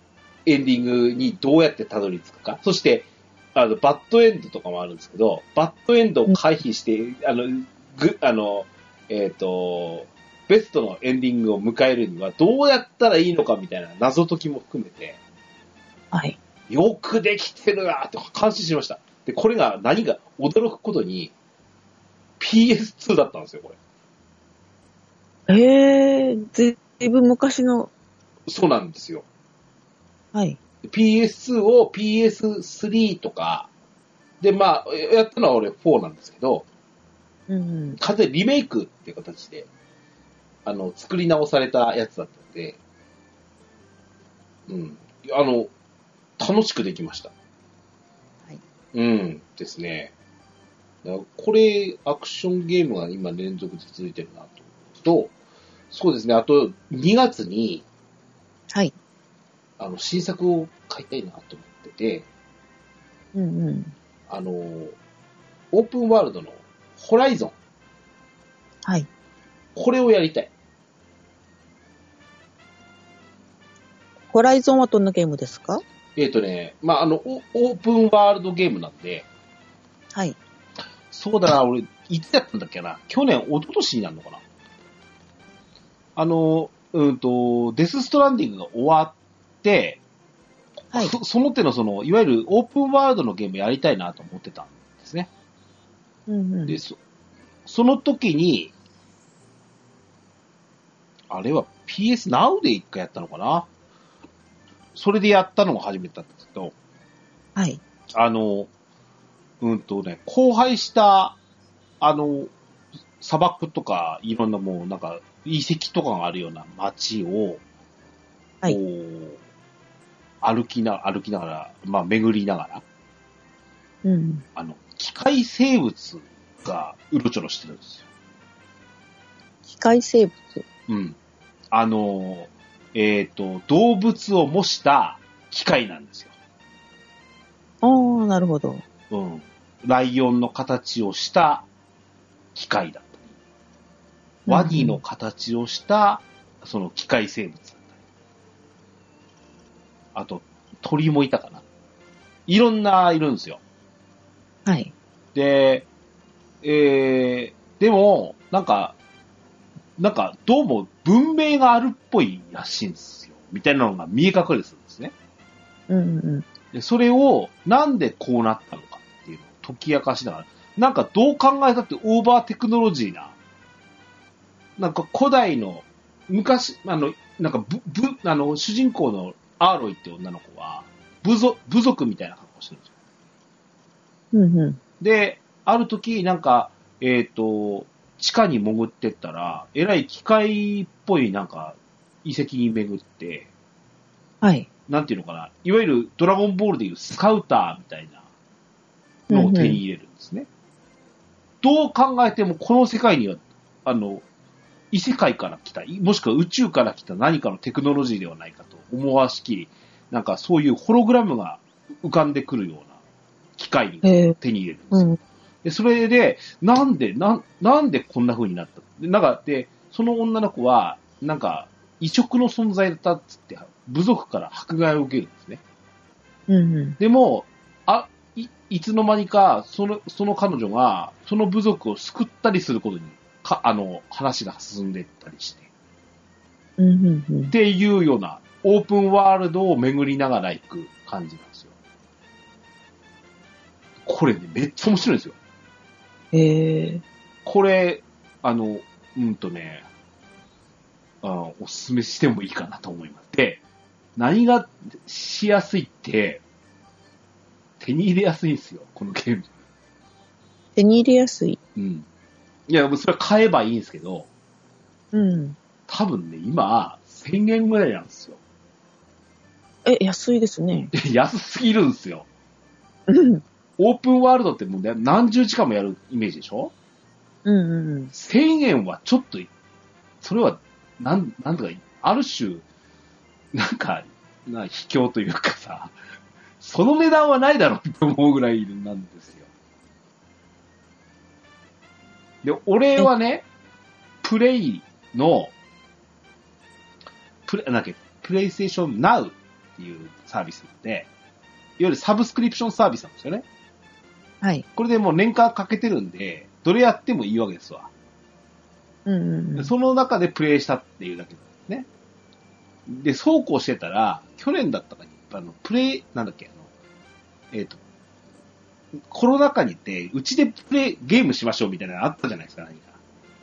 Speaker 1: エンディングにどうやってたどり着くか。そして、あの、バッドエンドとかもあるんですけど、バッドエンドを回避して、あの、ぐ、あの、えっ、と、ベストのエンディングを迎えるにはどうやったらいいのかみたいな謎解きも含めて、
Speaker 2: はい。
Speaker 1: よくできてるなーって感心しました。で、これが何が驚くことに PS2 だったんですよ、これ。
Speaker 2: へえ、ずいぶん昔の、
Speaker 1: そうなんですよ。
Speaker 2: はい。
Speaker 1: PS2 を PS3 とか、で、まあ、やったのは俺4なんですけど、
Speaker 2: うん
Speaker 1: 完全にリメイクっていう形で、あの、作り直されたやつだったんで、うん。あの、楽しくできました。
Speaker 2: はい。
Speaker 1: うん、ですね。だからこれ、アクションゲームが今連続で続いてるなと思うと、そうですね、あと2月に、
Speaker 2: はい。
Speaker 1: あの、新作を買いたいなと思ってて、
Speaker 2: うんうん。
Speaker 1: あの、オープンワールドのホライゾン、
Speaker 2: はい。
Speaker 1: これをやりたい。
Speaker 2: ホライゾンはどんなゲームですか
Speaker 1: えっ、とね、まあ、あの、オオープンワールドゲームなんで、
Speaker 2: はい。
Speaker 1: そうだな、俺、いつやったんだっけな。去年、一昨年になるのかな。あの、うんと、デスストランディングが終わって、
Speaker 2: はい。
Speaker 1: そその手のその、いわゆるオープンワールドのゲームやりたいなと思ってたんですね。
Speaker 2: うんうん
Speaker 1: で、そその時に、あれは PS Now で一回やったのかなそれでやったのが初めてだったんですけど、
Speaker 2: はい。
Speaker 1: あの、うんとね、荒廃した、あの、砂漠とか、いろんなもう、なんか、遺跡とかがあるような街を、
Speaker 2: はい
Speaker 1: こう歩きな、歩きながら、まあ、巡りながら、
Speaker 2: うん。
Speaker 1: あの、機械生物がうろちょろしてるんですよ。
Speaker 2: 機械生物。
Speaker 1: うん。あの、えっ、と、動物を模した機械なんですよ。
Speaker 2: ああ、なるほど。
Speaker 1: うん。ライオンの形をした機械だったり、ワニの形をした、その機械生物だったり、あと、鳥もいたかな。いろんな、いるんですよ。
Speaker 2: はい。
Speaker 1: で、えー、でも、なんか、なんか、どうも文明があるっぽいらしいんですよ。みたいなのが見え隠れするんですね。
Speaker 2: うんうん。
Speaker 1: で、それを、なんでこうなったのかっていうのを解き明かしながら、なんかどう考えたってオーバーテクノロジーな、なんか古代の、昔、あの、なんかぶ、ぶ、あの、主人公のアーロイって女の子は、部族、部族みたいな格好してるんですよ。
Speaker 2: うんうん。
Speaker 1: で、ある時、なんか、えっ、と、地下に潜ってったら、えらい機械っぽいなんか、遺跡に巡って、
Speaker 2: はい。
Speaker 1: なんていうのかな、いわゆるドラゴンボールでいうスカウターみたいなのを手に入れるんですね。どう考えてもこの世界には、あの、異世界から来た、いもしくは宇宙から来た何かのテクノロジーではないかと思わしきり、なんかそういうホログラムが浮かんでくるような機械に
Speaker 2: へえ。
Speaker 1: 手に入れるんです
Speaker 2: う
Speaker 1: よ
Speaker 2: ん。
Speaker 1: で、それで、なんで、なん、なんでこんな風になったで、なんか、で、その女の子は、なんか、異色の存在だったっつって、部族から迫害を受けるんですね。
Speaker 2: うん。
Speaker 1: でも、あ、い、いつの間にか、その、その彼女が、その部族を救ったりすることに、か、あの、話が進んでいったりして。
Speaker 2: うん。うんうん
Speaker 1: っ。ていうような、オープンワールドを巡りながら行く感じなんですよ。これね、めっちゃ面白いんですよ。
Speaker 2: へえ。
Speaker 1: これ、あの、うんとね、あおすすめしてもいいかなと思います。で、何がしやすいって、手に入れやすいんですよ、このゲーム。
Speaker 2: 手に入れやすい。
Speaker 1: うん。いや、もうそれは買えばいいんですけど、
Speaker 2: うん。
Speaker 1: 多分ね、今、1000円ぐらいなんですよ。
Speaker 2: え、安いですね。
Speaker 1: 安すぎるんですよ。
Speaker 2: うん。
Speaker 1: オープンワールドってもうね、何十時間もやるイメージでしょ
Speaker 2: うんうん。
Speaker 1: 1000円はちょっと、それは、なん、なんとか、ある種、なんか、な、卑怯というかさ、その値段はないだろうって思うぐらいなんですよ。で、俺はね、プレイの、プレ、なんだっけ、プレイステーションナウっていうサービスで、いわゆるサブスクリプションサービスなんですよね。
Speaker 2: はい。
Speaker 1: これでもう年間かけてるんで、どれやってもいいわけですわ。
Speaker 2: うんうんうん。
Speaker 1: その中でプレイしたっていうだけなんですね。で、そうこうしてたら、去年だったかに、あの、プレイ、なんだっけ、あの、えっ、と、コロナ禍にて、うちでプレイ、ゲームしましょうみたいなのあったじゃないですか、何か。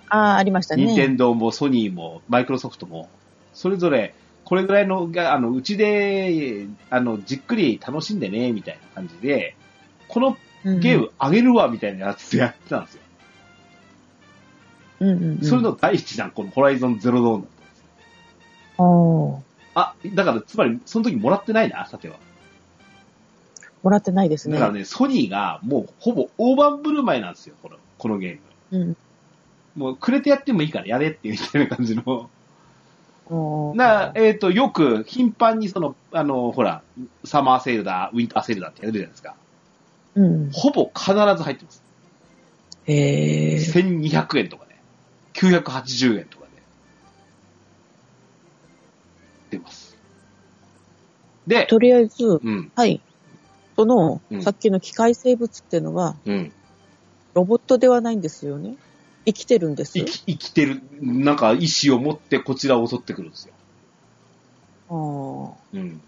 Speaker 2: ああ、ありました
Speaker 1: 任
Speaker 2: ね。
Speaker 1: 天堂もソニーもマイクロソフトも、それぞれ、これぐらいの、があの、うちで、あの、じっくり楽しんでね、みたいな感じで、このゲームあげるわ、みたいなやつでやってたんですよ。
Speaker 2: うんうんうん。
Speaker 1: それの第一弾、このホライゾンゼロドーンだったんですよ
Speaker 2: ああ。も
Speaker 1: あ、だから、つまり、その時もらってないな、さては。
Speaker 2: らってないです
Speaker 1: だ
Speaker 2: ね。
Speaker 1: からね、ソニーがもうほぼ大盤振る舞いなんですよ、この、このゲ
Speaker 2: うん。
Speaker 1: ーム。もう、くれてやってもいいからやれって、みたいな感じの。
Speaker 2: おー
Speaker 1: な、えっ、と、よく、頻繁にその、あの、ほら、サマーセールだ、ウィンターセールだってやるじゃないですか。
Speaker 2: うん。
Speaker 1: ほぼ必ず入ってます。
Speaker 2: へえ。
Speaker 1: 1200円とかね。980円とかね。出ます。で、
Speaker 2: とりあえず、
Speaker 1: うん、
Speaker 2: はい。その
Speaker 1: う、ん
Speaker 2: さっきの機械生物っていうのは、
Speaker 1: うん。
Speaker 2: ロボットではないんですよね。生きてるんです
Speaker 1: 生
Speaker 2: よ。
Speaker 1: き生きてる、なんか意志を持ってこちらを襲ってくるんですよ。
Speaker 2: あー
Speaker 1: うん。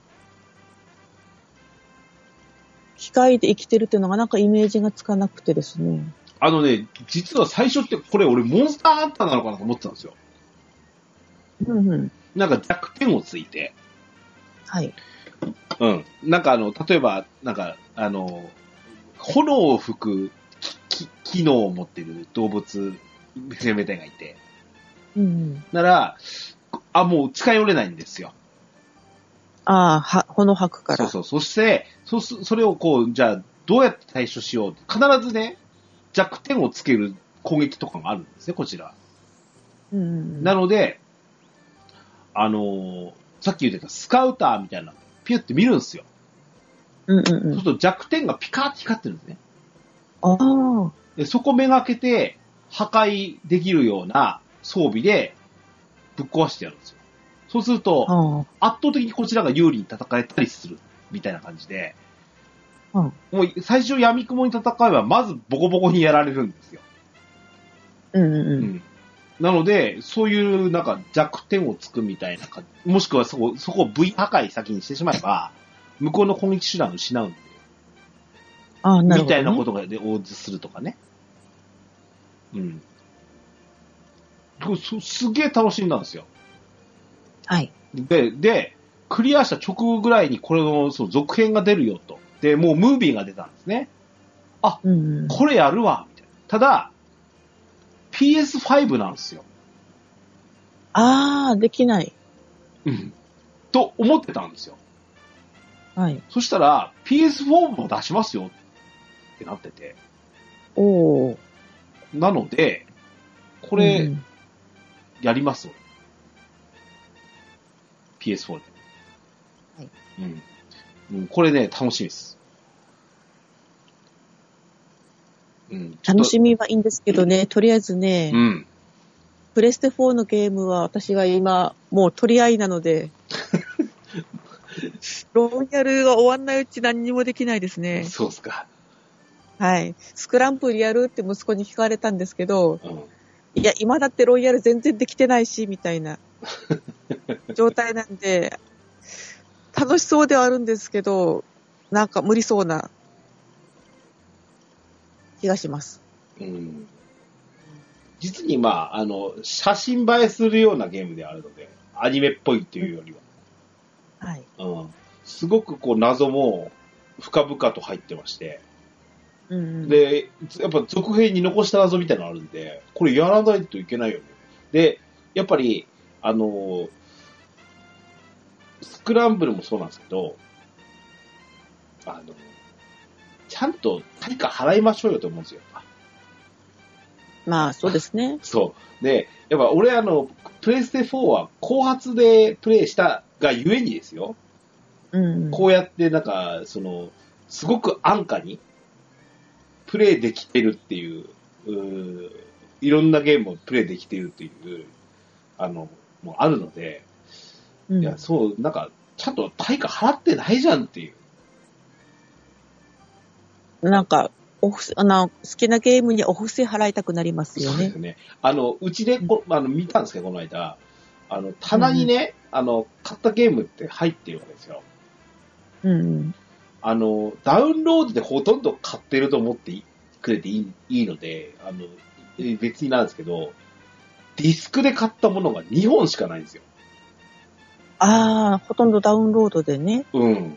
Speaker 2: 機械で生きてるっていうのがなんかイメージがつかなくてですね。
Speaker 1: あのね、実は最初ってこれ俺モンスターハンターなのかなと思ってたんですよ。
Speaker 2: うんうん。
Speaker 1: なんか弱点をついて。
Speaker 2: はい。
Speaker 1: うん。なんかあの、例えば、なんか、あの、炎を吹くきき機能を持ってる動物生命体がいて。
Speaker 2: うんうん。
Speaker 1: なら、あ、もう近寄れないんですよ。
Speaker 2: ああ、は、ほの吐くから。
Speaker 1: そうそう。そして、そ、そそれをこう、じゃあ、どうやって対処しよう。必ずね、弱点をつける攻撃とかがあるんですね、こちら。
Speaker 2: うんうん。
Speaker 1: なので、あのーさっき言ってたスカウターみたいな、ピュって見るんですよ。
Speaker 2: うんうんう。
Speaker 1: そうんすると弱点がピカーって光ってるんですね。
Speaker 2: ああ。
Speaker 1: で、そこめがけて、破壊できるような装備で、ぶっ壊してやるんですよ。そうすると、
Speaker 2: あ
Speaker 1: 圧倒的にこちらが有利に戦えたりする、みたいな感じで、
Speaker 2: うん
Speaker 1: もう最初闇雲に戦えば、まずボコボコにやられるんですよ。
Speaker 2: あ。うんうんうん。
Speaker 1: なので、そういうなんか弱点をつくみたいな感じ、もしくはそこ、そこを V 破壊先にしてしまえば、向こうの攻撃手段を失うんで、
Speaker 2: ああ、なる
Speaker 1: み
Speaker 2: ほど、
Speaker 1: た
Speaker 2: ね。
Speaker 1: いなことがで応じするとかね。うん。こそすげえ楽しんだんですよ。
Speaker 2: はい。
Speaker 1: で、で、クリアした直後ぐらいにこれのその続編が出るよと。で、もうムービーが出たんですね。
Speaker 2: うんうん。
Speaker 1: これやるわ、みたいな。ただ、PS5 なんですよ。
Speaker 2: ああ、できない。
Speaker 1: うん。と思ってたんですよ。
Speaker 2: はい。
Speaker 1: そしたら、PS4 も出しますよってなってて。
Speaker 2: おお。
Speaker 1: なので、こ
Speaker 2: こ
Speaker 1: れ、やります、PS4 で。
Speaker 2: はい
Speaker 1: うん。うん。これね、楽しみです。うん、ちょっと
Speaker 2: 楽しみはいいんですけどね、とりあえずね、
Speaker 1: うん。
Speaker 2: プレステ4のゲームは私は今、もう取り合いな ので、ロイヤルが終わんないうち何にもできないですね。
Speaker 1: そうっすか。
Speaker 2: はい。スクランブルやるって息子に聞かれたんですけど、
Speaker 1: うん。
Speaker 2: いや、今だってロイヤル全然できてないし、みた いな状態なんで、楽しそうではあるんですけど、なんか無理そうな気がします。
Speaker 1: うん。実にまあ、あの、写真映えするようなゲームであるので、アニメっぽいっていうより
Speaker 2: はい。
Speaker 1: は。うん。すごくこう謎も深々と入ってまして、
Speaker 2: うん、うん。
Speaker 1: で、やっぱ続編に残した謎みたいなのあるんで、これやらないといけないよね。で、やっぱり、あの、スクランブルもそうなんですけど、あの、ちゃんと対価払いましょうよと思うんですよ。
Speaker 2: まあ、そうですね。
Speaker 1: そう。で、やっぱ俺あの、プレイステ4は後発でプレイしたがゆえにですよ。
Speaker 2: うん。
Speaker 1: こうやってなんか、その、すごく安価にプレイできてるっていう、うーいろんなゲームをプレイできてるっていう、あの、もうあるので、
Speaker 2: うん
Speaker 1: いや、そう、なんか、ちゃんと対価払ってないじゃんっていう。
Speaker 2: なんか、お布施あの好きなゲームにお布施払いたくなりますよ
Speaker 1: そうです
Speaker 2: ね。
Speaker 1: よね。あの、うちでこ、あの、見たんですけど、この間、あの、棚にね、あの、買ったゲームって入ってるわけですよ。
Speaker 2: うん。
Speaker 1: あの、ダウンロードでほとんど買ってると思ってくれていいいいので、あの、え別になんですけど、ディスクで買ったものが2本しかないんですよ。
Speaker 2: ああ、ほとんどダウンロードでね。
Speaker 1: うん。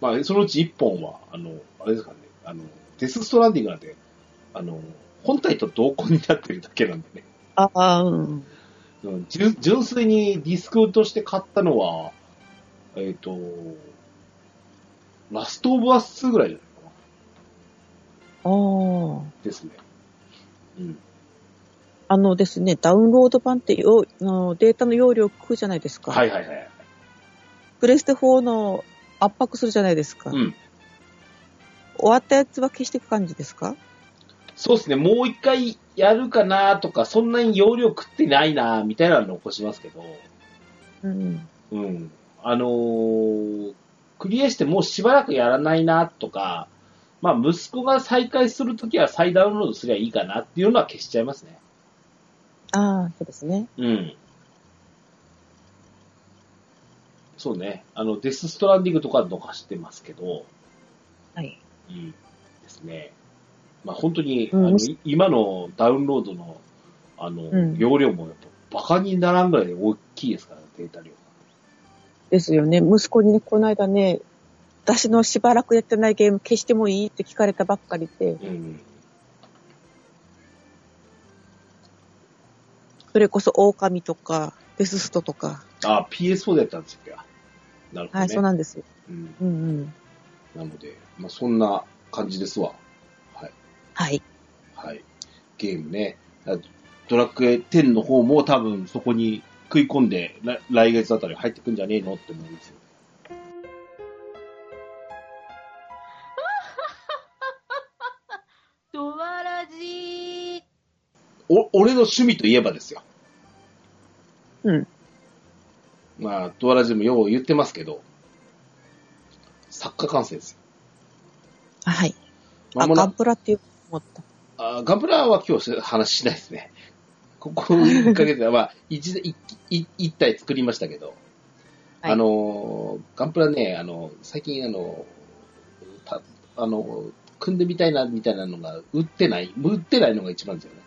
Speaker 1: まあ、そのうち1本は、あの、あれですかね、あの、デスストランディングなんて、あの、本体と同梱になってるだけなんでね。
Speaker 2: ああ、うん。
Speaker 1: うん純純粋にディスクとして買ったのは、えっ、と、ラストオブアス2ぐらいじゃないか
Speaker 2: あ
Speaker 1: な。
Speaker 2: あ。
Speaker 1: ですね。うん。
Speaker 2: あのですね、ダウンロード版ってよあのデータの容量食うじゃないですか。
Speaker 1: はいはいはい。
Speaker 2: プレステ4の圧迫するじゃないですか。
Speaker 1: うん。
Speaker 2: 終わったやつは消していく感じですか
Speaker 1: そうですね。もう一回やるかなとか、そんなに容量食ってないなみたいなの残しますけど、
Speaker 2: うん。
Speaker 1: うん。あのークリアしてもうしばらくやらないなとか、まあ息子が再開するときは再ダウンロードすりゃいいかなっていうのは消しちゃいますね。
Speaker 2: ああ、そうですね。
Speaker 1: うん。そうね。あの、デスストランディングとかは逃してますけど、
Speaker 2: はい。
Speaker 1: うん。ですね。まあ本当に、
Speaker 2: うん
Speaker 1: あのい今のダウンロードの、あの、
Speaker 2: うん
Speaker 1: 容量もやっぱ、バカにならんぐらい大きいですから、データ量が。
Speaker 2: ですよね。息子にね、この間ね、私のしばらくやってないゲーム消してもいいって聞かれたばっかりで、
Speaker 1: うん。
Speaker 2: それこそ狼とか、デスストとか。
Speaker 1: あ、PS4 でやったんですよ。なるほど、ね。
Speaker 2: はい、そうなんですよ。
Speaker 1: うん。
Speaker 2: うんうん。
Speaker 1: なので、まあそんな感じですわ。はい。
Speaker 2: はい。
Speaker 1: はい。ゲームね。あドラクエ10の方も多分そこに食い込んで、ら来月あたり入ってくんじゃねえのって思います。
Speaker 4: ドワラジー。
Speaker 1: お、俺の趣味といえばですよ。
Speaker 2: うん。
Speaker 1: まあ、ドアラジもよう言ってますけど、作家完成ですよ。
Speaker 2: あはい。
Speaker 1: ま
Speaker 2: あ、
Speaker 1: も
Speaker 2: ガ
Speaker 1: な
Speaker 2: ンプラって言うと思った。
Speaker 1: あガンプラは今日し話しないですね。ここ1ヶ月は、まあ、一一一一体作りましたけど、
Speaker 2: はい
Speaker 1: あのー、ガンプラね、あの、最近あの、たあの、組んでみたいなみたいなのが売ってない、売ってないのが一番ですよね。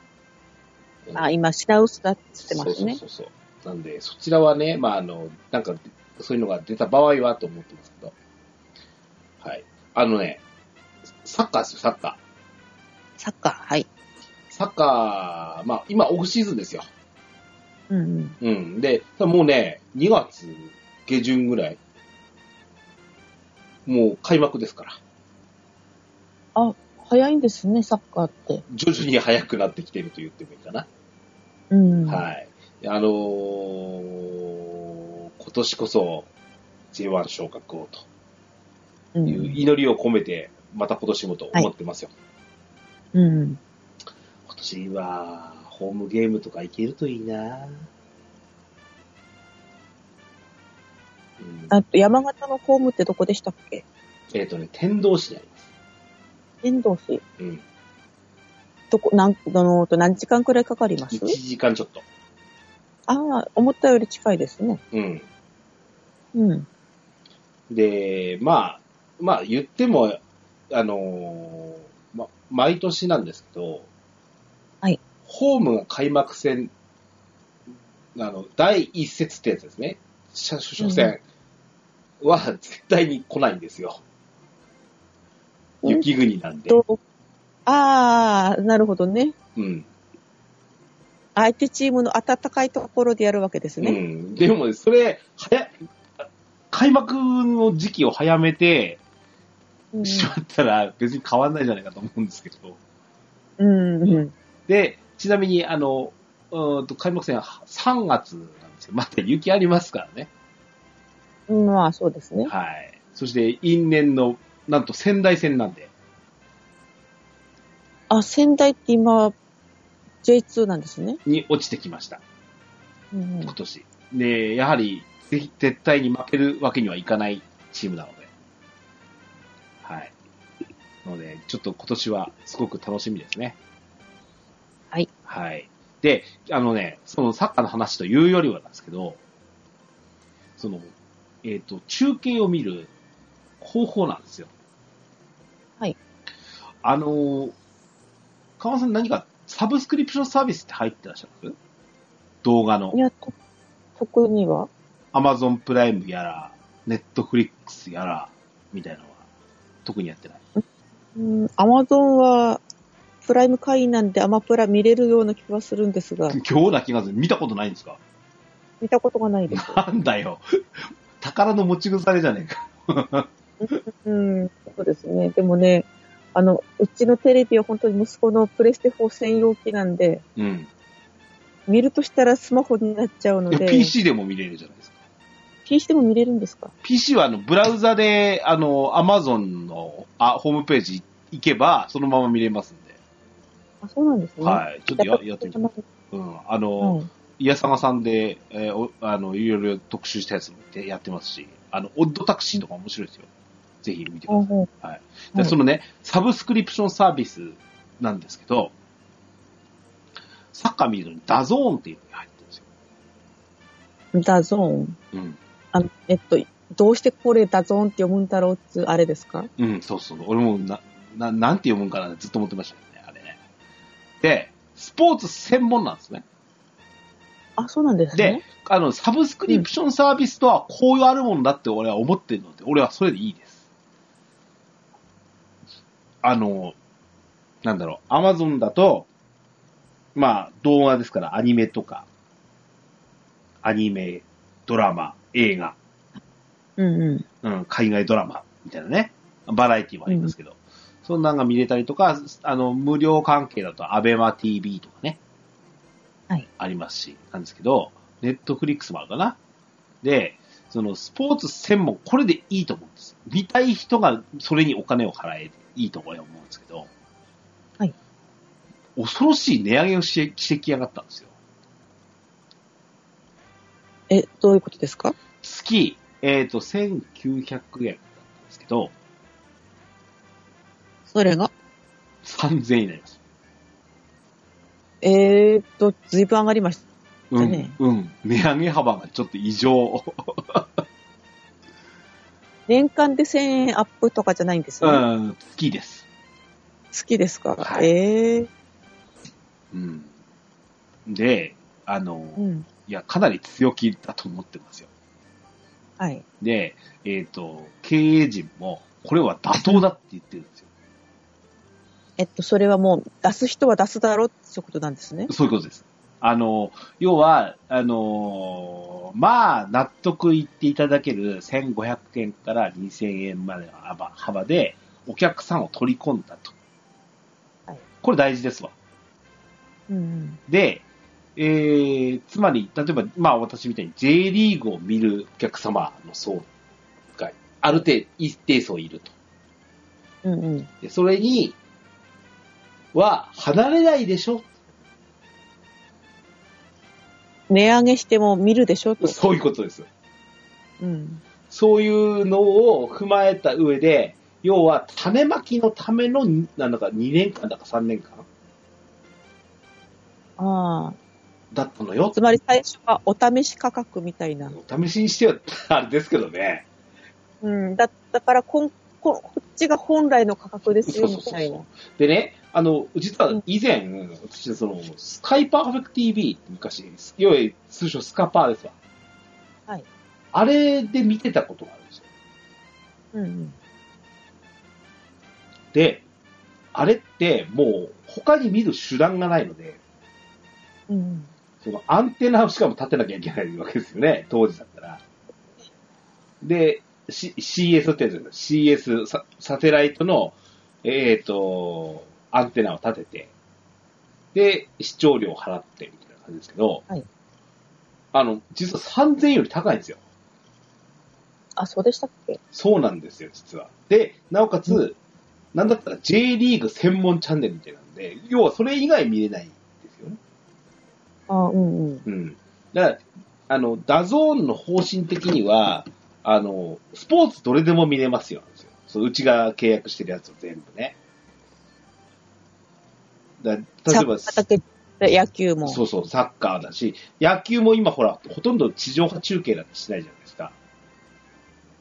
Speaker 1: うん
Speaker 2: あ、今、品薄だって言ってますね。
Speaker 1: そうそうそうそう。なんで、そちらはね、まあ、あの、なんか、そういうのが出た場合はと思ってますけど。はい。あのね、サッカーですよ、サッカー。
Speaker 2: サッカー、はい。
Speaker 1: サッカー、まあ、今、オフシーズンですよ。
Speaker 2: うんうん。
Speaker 1: うん。で、もうね、2月下旬ぐらい、もう開幕ですから、
Speaker 2: 早いんですね、サッカーって。
Speaker 1: 徐々に早くなってきてると言ってもいいかな。
Speaker 2: うん。
Speaker 1: はい。あのー今年こそ J1 昇格をと
Speaker 2: う。
Speaker 1: いうん祈りを込めて、また今年もと思ってますよ。
Speaker 2: うん。
Speaker 1: 今年は、ホームゲームとか行けるといいなうん
Speaker 2: あと、山形のホームってどこでしたっけ
Speaker 1: えっ、とね、天童市にあります。
Speaker 2: 遠藤市。
Speaker 1: うん。
Speaker 2: どこ、なん、あの、何時間くらいかかります
Speaker 1: 1時間ちょっと。
Speaker 2: ああ、思ったより近いですね。
Speaker 1: うん。
Speaker 2: うん。
Speaker 1: で、まあ、まあ言っても、あのーま、毎年なんですけど、
Speaker 2: はい。
Speaker 1: ホームが開幕戦、あの、第一節ってやつですね。初初戦は絶対に来ないんですよ。
Speaker 2: うん
Speaker 1: 雪国なんで。
Speaker 2: どうああ、なるほどね。
Speaker 1: うん。
Speaker 2: 相手チームの暖かいところでやるわけです
Speaker 1: う
Speaker 2: ね。
Speaker 1: ん。でも、それ、早、開幕の時期を早めて
Speaker 2: うん。
Speaker 1: しまったら別に変わんないんじゃないかと思うんですけど。
Speaker 2: うん。うん
Speaker 1: で、ちなみに、あの、うーんと開幕戦は3月なんですよ。まだ雪ありますからね。
Speaker 2: うん。まあ、そうですね。
Speaker 1: はい。そして、因縁の、なんと仙台戦なんで。
Speaker 2: あ、仙台って今、J2 なんですね。
Speaker 1: に落ちてきました。
Speaker 2: うん
Speaker 1: 今。年。で、やはり、ぜひ、絶対に負けるわけにはいかないチームなので。はい。ので、ちょっと今年はすごく楽しみですね。
Speaker 2: はい。
Speaker 1: はい。で、あのね、そのサッカーの話というよりはなんですけど、その、えっ、と、中継を見る方法なんですよ。
Speaker 2: はい。
Speaker 1: あのー、川尾さん何かサブスクリプションサービスって入ってらっしゃる動画の
Speaker 2: い。や、と特には。
Speaker 1: アマゾンプライムやら、ネットフリックスやら、みたいなのは、特にやってない。
Speaker 2: うん、アマゾンは、プライム会員なんでアマプラ見れるような気はするんですが、
Speaker 1: 今日な気がする。見たことないんですか
Speaker 2: 見たことがない です。
Speaker 1: なんだよ。宝の持ち腐れじゃねえか。
Speaker 2: うん、そうですね。でもね、あの、うちのテレビは本当に息子のプレステ4専用機なんで、
Speaker 1: うん。
Speaker 2: 見るとしたらスマホになっちゃうの
Speaker 1: いや
Speaker 2: で、
Speaker 1: PC でも見れるじゃないですか。
Speaker 2: PC でも見れるんですか
Speaker 1: PC はあの、ブラウザで、あの、アマゾンのあホームページ行けば、そのまま見れますんで。
Speaker 2: あ、そうなんですね。
Speaker 1: はい。ちょっとややってみて。
Speaker 2: ます。
Speaker 1: うん。あの、
Speaker 2: はい。
Speaker 1: イヤサガさんで、えーおあの、いろいろ特集したやつでやってますし、あの、オッドタクシーとか面白いですよ。ぜひ見てください。
Speaker 2: うんうん
Speaker 1: はい。
Speaker 2: は
Speaker 1: で、
Speaker 2: い
Speaker 1: そのね、サブスクリプションサービスなんですけど、サッカー見るのにダゾーンっていうのが入ってるんですよ。
Speaker 2: ダゾーン。
Speaker 1: うん。
Speaker 2: あの、えっと、どうしてこれダゾーンって読むんだろうってあれですか
Speaker 1: うん、そうそう。俺もな、な、なんて読むんかなってずっと思ってましたけどね、あれね。で、スポーツ専門なんですね。
Speaker 2: あ、そうなんです
Speaker 1: で
Speaker 2: ね。、
Speaker 1: あの、サブスクリプションサービスとはこういうあるものだって俺は思ってるので、俺はそれでいいです。あの、なんだろう、アマゾンだと、まあ、動画ですから、アニメとか、アニメ、ドラマ、映画、
Speaker 2: うんうん。
Speaker 1: うん、海外ドラマみたいなね、バラエティもありますけど、そんなんが見れたりとか、あの、無料関係だと、アベマ TV とかね、
Speaker 2: はい
Speaker 1: ありますし、なんですけど、ネットフリックスもあるかな。で、そのスポーツ専門、これでいいと思うんです。見たい人がそれにお金を払え、いいと俺は思うんですけど、
Speaker 2: はい。
Speaker 1: 恐ろしい値上げをししてきやがったんですよ。
Speaker 2: え、どういうことですか
Speaker 1: 月、えっ、と、1900円だったんですけど、
Speaker 2: それが
Speaker 1: 3000円になります。
Speaker 2: えーっと、ずいぶん上がりまし
Speaker 1: う
Speaker 2: だね
Speaker 1: ん、うん。値上げ幅がちょっと異常。
Speaker 2: た。年間で1000円アップとかじゃないんです
Speaker 1: う
Speaker 2: ね。
Speaker 1: ん、好きです。
Speaker 2: 好きですか、
Speaker 1: はい
Speaker 2: えー、
Speaker 1: うん。で、あの、
Speaker 2: う
Speaker 1: い
Speaker 2: ん。
Speaker 1: や、かなり強気だと思ってますよ。
Speaker 2: はい。
Speaker 1: で、えっ、と、経営陣も、これは妥当だって言ってるんですよ。
Speaker 2: えっと、それはもう、出す人は出すだろうってことなんですね。
Speaker 1: そういうことです。あの、要は、あの、まあ、納得いっていただける1500円から2000円までの幅幅で、お客さんを取り込んだと。
Speaker 2: はい
Speaker 1: これ大事ですわ。
Speaker 2: うん
Speaker 1: で、えー、つまり、例えば、まあ私みたいに J リーグを見るお客様の層がある程度、一定層いると。
Speaker 2: うんうん。
Speaker 1: で、それに、は、離れないでしょ
Speaker 2: 値上げしても見るでしょ と。
Speaker 1: そういうことです。
Speaker 2: うん。
Speaker 1: そういうのを踏まえた上で、要は種まきのための、なんだか2年間だか3年間
Speaker 2: あ
Speaker 1: だったの
Speaker 2: あ。
Speaker 1: よ。
Speaker 2: つまり最初はお試し価格みたいな。
Speaker 1: お試しにしてはあれですけどね。
Speaker 2: うん。だったからこんこ、こっちが本来の価格ですよみたいな。
Speaker 1: でね、あの、実は以前、私、その、スカイパーフェクト TV って昔、要は通称スカパーですわ。
Speaker 2: はい。
Speaker 1: あれで見てたことがあるんですよ。
Speaker 2: うんうん。
Speaker 1: で、あれってもう他に見る手段がないので、
Speaker 2: うんうん。
Speaker 1: そのアンテナをしかも立てなきゃいけないわけですよね、当時だったら。で、C、CS ってやつですよ CS サ、サテライトの、えっ、と、アンテナを立てて、で、視聴料を払って、みたいな感じですけど、
Speaker 2: はい
Speaker 1: あの、実は3000より高いんですよ。
Speaker 2: あ、そうでしたっけ
Speaker 1: そうなんですよ、実は。で、なおかつ、なんだったら J リーグ専門チャンネルみたいなんで、要はそれ以外見れないんですよね。
Speaker 2: あうんうん。
Speaker 1: うん。だから、あの、ダゾーンの方針的には、あの、スポーツどれでも見れますよなんですよ。そううちが契約してるやつを全部ね。だ例えば、
Speaker 2: ちゃんと畑で野球も。
Speaker 1: そうそう、サッカーだし、野球も今ほら、ほとんど地上波中継なんてしないじゃないですか。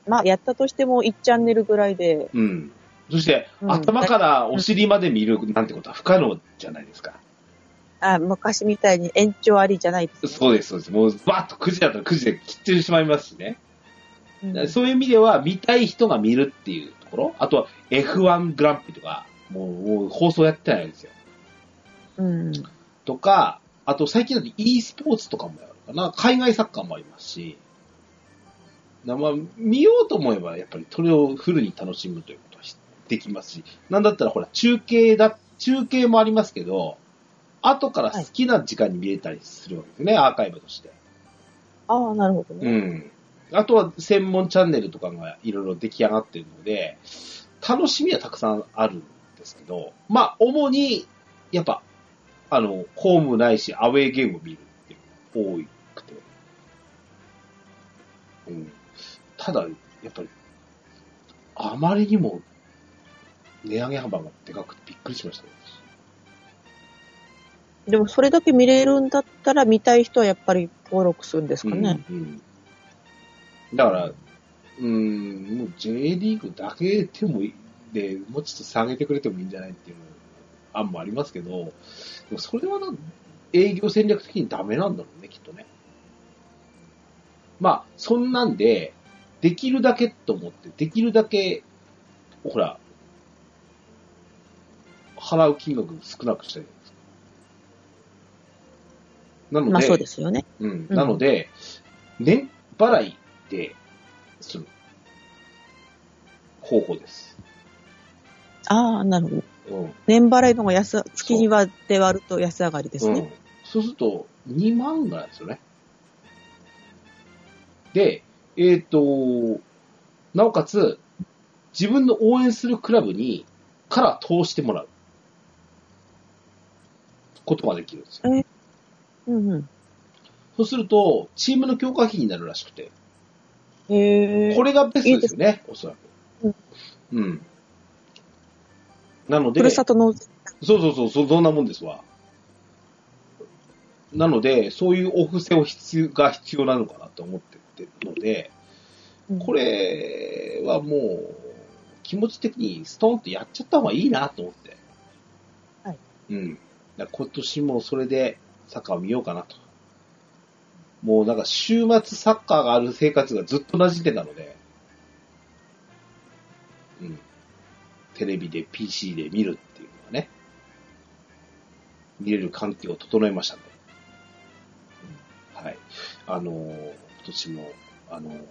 Speaker 2: まあ、やったとしても1チャンネルぐらいで。
Speaker 1: うん。そして、
Speaker 2: うん
Speaker 1: 頭からお尻まで見るなんてことは不可能じゃないですか。
Speaker 2: あ昔みたいに延長ありじゃないです、
Speaker 1: そうです、そうです。もう、バッと9時だったら9時で切ってしまいますしね。
Speaker 2: うん
Speaker 1: そういう意味では、見たい人が見るっていうところ、あとは F1 グランプリとか、もうもう放送やってないんですよ。
Speaker 2: うん。
Speaker 1: とか、あと最近だと e スポーツとかもやるかな、海外サッカーもありますし、なまあ、見ようと思えば、やっぱりそれをフルに楽しむということはできますし、なんだったらほら、中継だ、中継もありますけど、後から好きな時間に見れたりするわけですね、アーカイブとして。
Speaker 2: ああ、なるほどね。
Speaker 1: うん。あとは専門チャンネルとかがいろいろ出来上がってるので、楽しみはたくさんあるんですけど、まあ、主に、やっぱ、あの、ホームないし、アウェーゲームを見るっていうのが多くて。うん。ただ、やっぱり、あまりにも、値上げ幅がでかくてびっくりしましたね。
Speaker 2: でも、それだけ見れるんだったら、見たい人はやっぱり登録するんですかね。
Speaker 1: うんうんだから、うん、もう J リーグだけでもいいで、もうちょっと下げてくれてもいいんじゃないっていう案もありますけど、でもそれはな営業戦略的にダメなんだろうね、きっとね。まあ、そんなんで、できるだけと思って、できるだけ、ほら、払う金額少なくしたいじゃないですか。なので、
Speaker 2: まあ、そうですよね。
Speaker 1: うん。
Speaker 2: うん
Speaker 1: なので、年払いでする方法です。
Speaker 2: ああ、なるほど。
Speaker 1: うん。
Speaker 2: 年払いの方が安、月に割って割ると安上がりです
Speaker 1: うん
Speaker 2: ね。、
Speaker 1: そうすると、2万ぐらいですよね。で、えっ、と、なおかつ、自分の応援するクラブに、から通してもらう。ことができるんですよ。
Speaker 2: うんうん。
Speaker 1: そうすると、チームの強化費になるらしくて、
Speaker 2: へえ
Speaker 1: こ。れがベストですよね、おそらく。うん。なので、
Speaker 2: ふるさと納税。
Speaker 1: そうそうそう、そそんなもんですわ。なので、そういうお布施を必要が必要なのかなと思ってるので、これはもう、気持ち的にストンとやっちゃった方がいいなと思って。
Speaker 2: はい。
Speaker 1: うん。だから今年もそれでサッカーを見ようかなと。もうなんか週末サッカーがある生活がずっと馴染んでたので、うん。テレビで PC で見るっていうのはね、見れる環境を整えましたね。はい。あのー今年も、あのー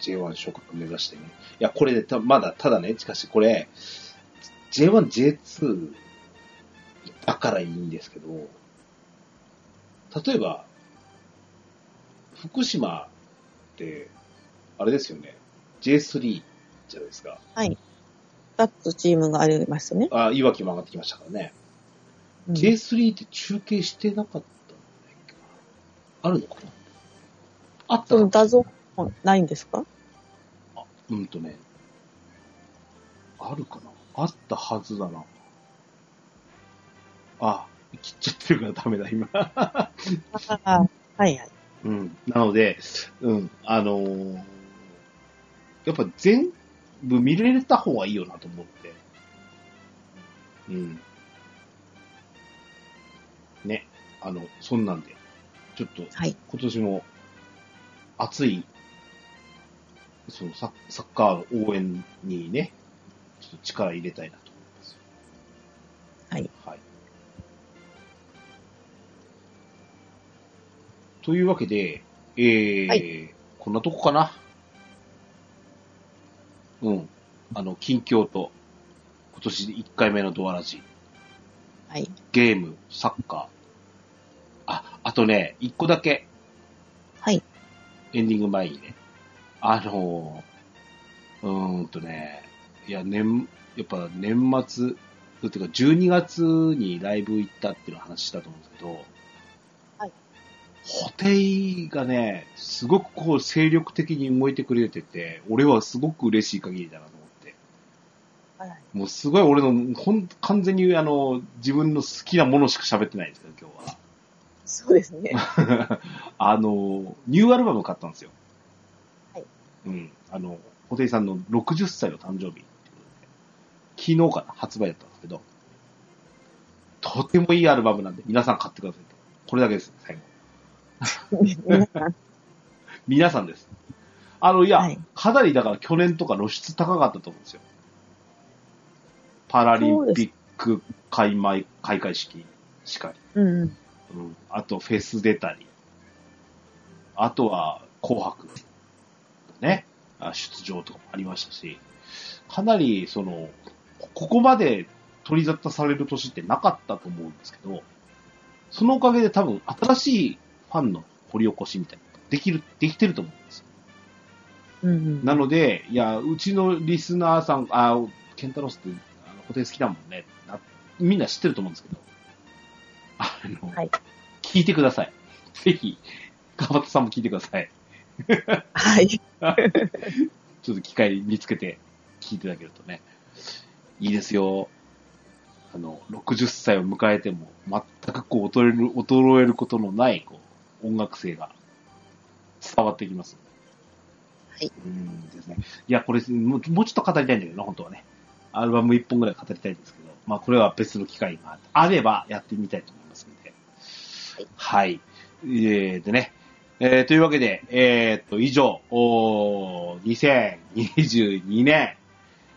Speaker 1: J1 昇格目指してね。いや、これでた、まだ、ただね、しかしこれ、J1、J2 だからいいんですけど、例えば、福島って、あれですよね、J3、じゃないですか。
Speaker 2: 2つチームがありますね。
Speaker 1: あ、いわきも上がってきましたからね。
Speaker 2: うん
Speaker 1: J3 って中継してなかったんだっけなあるのかなあった
Speaker 2: そ
Speaker 1: か
Speaker 2: の画像もないんですか
Speaker 1: うんとね。あるかなあったはずだな。あ、切っちゃってるからダメだ、今。
Speaker 2: ああ、はいはい。
Speaker 1: うん。なので、うん、あのーやっぱ全部見れた方がいいよなと思って。うん。ね。あの、そんなんで、ちょっと
Speaker 2: はい。
Speaker 1: 今年も熱い、そのサッサッカーの応援にね、ちょっと力入れたいなと思います。
Speaker 2: はい。
Speaker 1: はい。というわけで、えー
Speaker 2: は
Speaker 1: こんなとこかな。うん。あの、近況と、今年1回目のドアラジ、
Speaker 2: はい。
Speaker 1: ゲーム、サッカー。あ、あとね、1個だけ。
Speaker 2: はい。
Speaker 1: エンディング前にね。あのー、うーんとね、いや、年、やっぱ年末、っていうか12月にライブ行ったっていう話したと思うんですけど、
Speaker 2: はい。
Speaker 1: ホテイがね、すごくこう精力的に動いてくれてて、俺はすごく嬉しい限りだなと思って。
Speaker 2: はい
Speaker 1: もうすごい俺の、ほん、完全にあの、自分の好きなものしか喋ってないんですけど、今日は。
Speaker 2: そうですね。
Speaker 1: あの、ニューアルバム買ったんですよ。
Speaker 2: はい。
Speaker 1: うん。あの、ホテイさんの60歳の誕生日ってことで、昨日から発売だったんですけど、とてもいいアルバムなんで、皆さん買ってくださいと。これだけです、最後。
Speaker 2: 皆さん
Speaker 1: 皆さんです。あの、いや、
Speaker 2: はい
Speaker 1: かなりだから去年とか露出高かったと思うんですよ。パラリンピック開幕開会式しかり。
Speaker 2: うんうん。
Speaker 1: うん。あと、フェス出たり。あとは、紅白。ね。あ出場とかもありましたし。かなり、その、ここまで取り沙汰される年ってなかったと思うんですけど、そのおかげで多分、新しいファンの掘り起こしみたいな、できる、できてると思うんですよ。
Speaker 2: うんうん。
Speaker 1: なので、いや、うちのリスナーさん、あ、ケンタロスって、あの、固定好きだもんね。なみんな知ってると思うんですけど、あの、
Speaker 2: はい
Speaker 1: 聞いてください。ぜひ、川端さんも聞いてください。
Speaker 2: は い。
Speaker 1: ちょっと機会見つけて聞いていただけるとね。いいですよ。あの、60歳を迎えても、全くこう、衰える、衰えることのない、こう、音楽性が伝わってきます。
Speaker 2: はい。
Speaker 1: うんですね。いや、これ、もうもうちょっと語りたいんだけどな、本当はね。アルバム1本ぐらい語りたいんですけど、まあ、これは別の機会があればやってみたいと思いますので。はい。えー、でね、えーというわけで、えーっと、以上、おー2022年、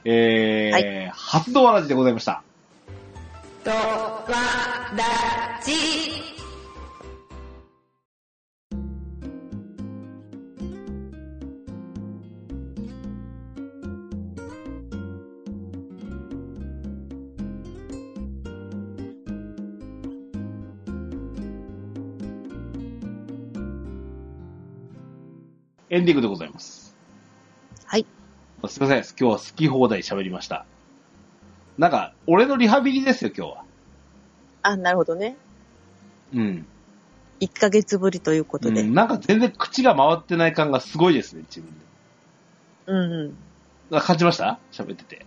Speaker 1: えー
Speaker 2: は
Speaker 1: 初ドアラジでございました。
Speaker 4: ドワラジ
Speaker 1: エンディングでございます。
Speaker 2: はい。
Speaker 1: すいません、今日は好き放題喋りました。なんか、俺のリハビリですよ、今日は。
Speaker 2: あ、なるほどね。
Speaker 1: うん。
Speaker 2: 1ヶ月ぶりということ
Speaker 1: う
Speaker 2: で。
Speaker 1: ん、なんか全然口が回ってない感がすごいですね、自分で。
Speaker 2: うんうん。
Speaker 1: あ感じました喋ってて。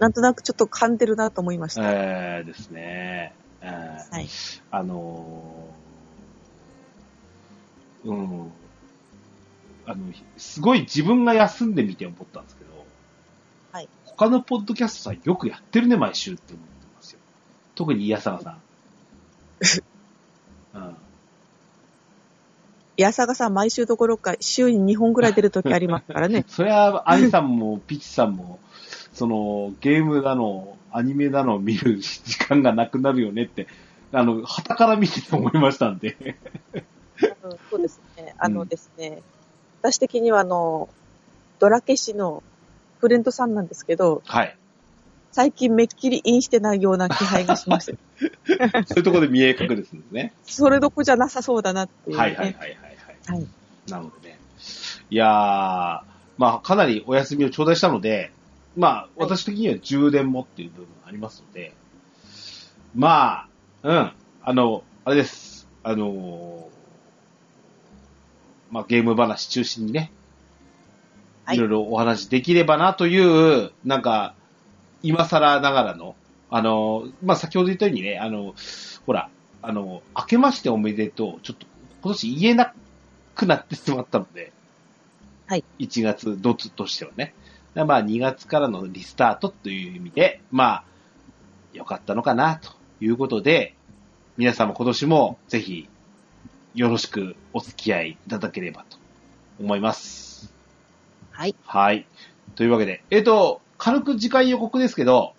Speaker 2: なんとなくちょっと噛んでるなと思いました。
Speaker 1: えーですね。えー
Speaker 2: はい。
Speaker 1: あのーうん。あの、すごい自分が休んでみて思ったんですけど、
Speaker 2: はい
Speaker 1: 他のポッドキャストさんよくやってるね、毎週って思ってますよ。特にイヤサガ さん。うん。。
Speaker 2: 矢坂さん、毎週どころか、週に2本ぐらい出る時ありますからね
Speaker 1: そりゃ、アイさんもピチさんも、その、ゲームだの、アニメだのを見る時間がなくなるよねって、あの、旗から見てて思いましたんで。
Speaker 2: うんそうですね。あ
Speaker 1: う
Speaker 2: の
Speaker 1: ん
Speaker 2: ですね、私的には、あの、ドラケシのフレンドさんなんですけど、
Speaker 1: はい。
Speaker 2: 最近めっきりインしてないような気配が します。
Speaker 1: そういうところで見え隠れするんですね。
Speaker 2: それどこじゃなさそうだなっていう、ね。
Speaker 1: はいはいはいはい、はい。
Speaker 2: はい。
Speaker 1: なのでね。いやー、まあ、かなりお休みを頂戴したので、まあ、私的には充電もっていう部分がありますので、まあ、うん、あの、あれです。あのーまあ、ゲーム話中心にね、
Speaker 2: はい
Speaker 1: いろいろお話できればなという、なんか、今更ながらの、あのーまあ、先ほど言ったようにね、あのほら、あの明けましておめでとう、ちょっと、今年言えなくなってしまったので、
Speaker 2: はい。
Speaker 1: 1月、ドツとしてはね。でまあ、2月からのリスタートという意味で、まあ、良かったのかな、ということで、皆様今年もぜひ、よろしくお付き合いいただければと思います。
Speaker 2: はい。
Speaker 1: はい。というわけで、えっ、と、軽く次回予告ですけど、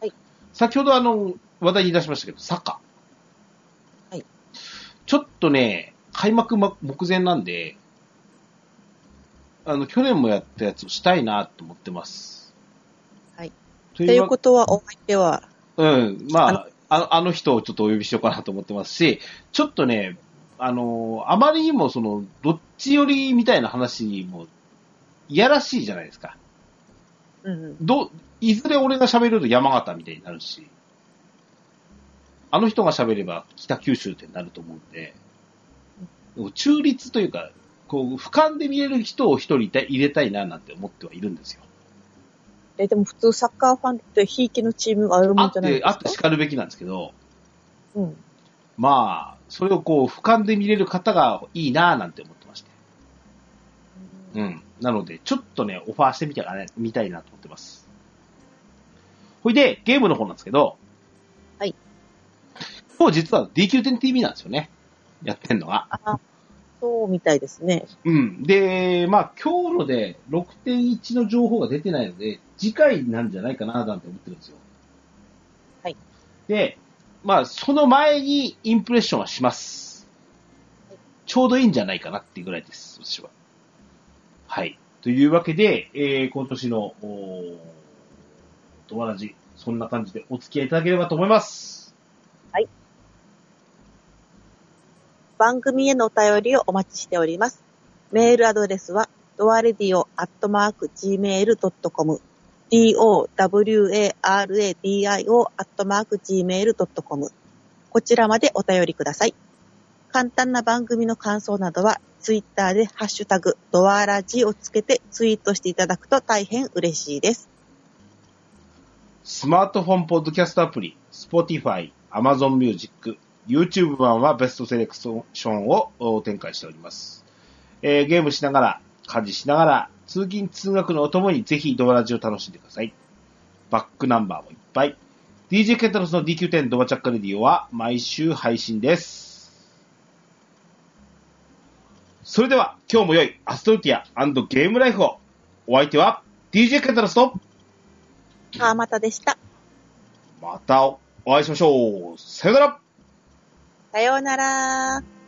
Speaker 2: はい。
Speaker 1: 先ほどあの、話題に出しましたけど、サッカー。
Speaker 2: はい。
Speaker 1: ちょっとね、開幕ま目前なんで、あの、去年もやったやつをしたいなと思ってます。
Speaker 2: はい。
Speaker 1: と
Speaker 2: とい
Speaker 1: いう
Speaker 2: う
Speaker 1: わ
Speaker 2: ことは、お相手は、
Speaker 1: うん、ま
Speaker 2: あ
Speaker 1: あ、あのあの人をちょっとお呼びしようかなと思ってますし、ちょっとね、あの、あまりにもその、どっちよりみたいな話にも、いやらしいじゃないですか。
Speaker 2: うんうん、
Speaker 1: どう、いずれ俺が喋ると山形みたいになるし、あの人が喋れば北九州ってなると思うんで、中立というか、こう、俯瞰で見れる人を一人いた入れたいななんて思ってはいるんですよ。
Speaker 2: え、でも普通サッカーファンって、ひいきのチームがある
Speaker 1: あ
Speaker 2: もん
Speaker 1: っ
Speaker 2: じゃないで
Speaker 1: て
Speaker 2: す、か。
Speaker 1: あって叱るべきなんですけど、
Speaker 2: うん。
Speaker 1: まあ、それをこう、俯瞰で見れる方がいいななんて思ってまして。うん。なので、ちょっとね、オファーしてみたらね、見たいなと思ってます。ほいで、ゲームの方なんですけど。
Speaker 2: はい。
Speaker 1: 今日実は DQ10TV なんですよね。やってんのが。
Speaker 2: そうみたいですね。
Speaker 1: うん。で、まあ今日ので6.1の情報が出てないので、次回なんじゃないかななんて思ってるんですよ。
Speaker 2: はい。
Speaker 1: で、まあその前にインプレッションはします。ちょうどいいんじゃないかなっていうぐらいです、私は。はい。というわけで、えー、今年の、お友達、そんな感じでお付き合いいただければと思います。
Speaker 2: 番組へのお便りをお待ちしております。メールアドレスは、ドアレディオアットマーク gmail.com、dowaradio アットマーク gmail.com。こちらまでお便りください。簡単な番組の感想などは、ツイッターでハッシュタグ、ドアラジをつけてツイートしていただくと大変嬉しいです。
Speaker 1: スマートフォンポッドキャストアプリ、Spotify、Amazon Music、YouTube 版はベストセレクションをお展開しております。えーゲームしながら、家事しながら、通勤通学のお供にぜひドアラジを楽しんでください。バックナンバーもいっぱい。DJ ケンタロスの DQ10 ドバチャッカレディオは毎週配信です。それでは、今日も良いアストルティアゲームライフを。お相手は DJ ケンタロスと
Speaker 2: 川又でした。
Speaker 1: またお会いしましょう。さよなら
Speaker 2: さようなら。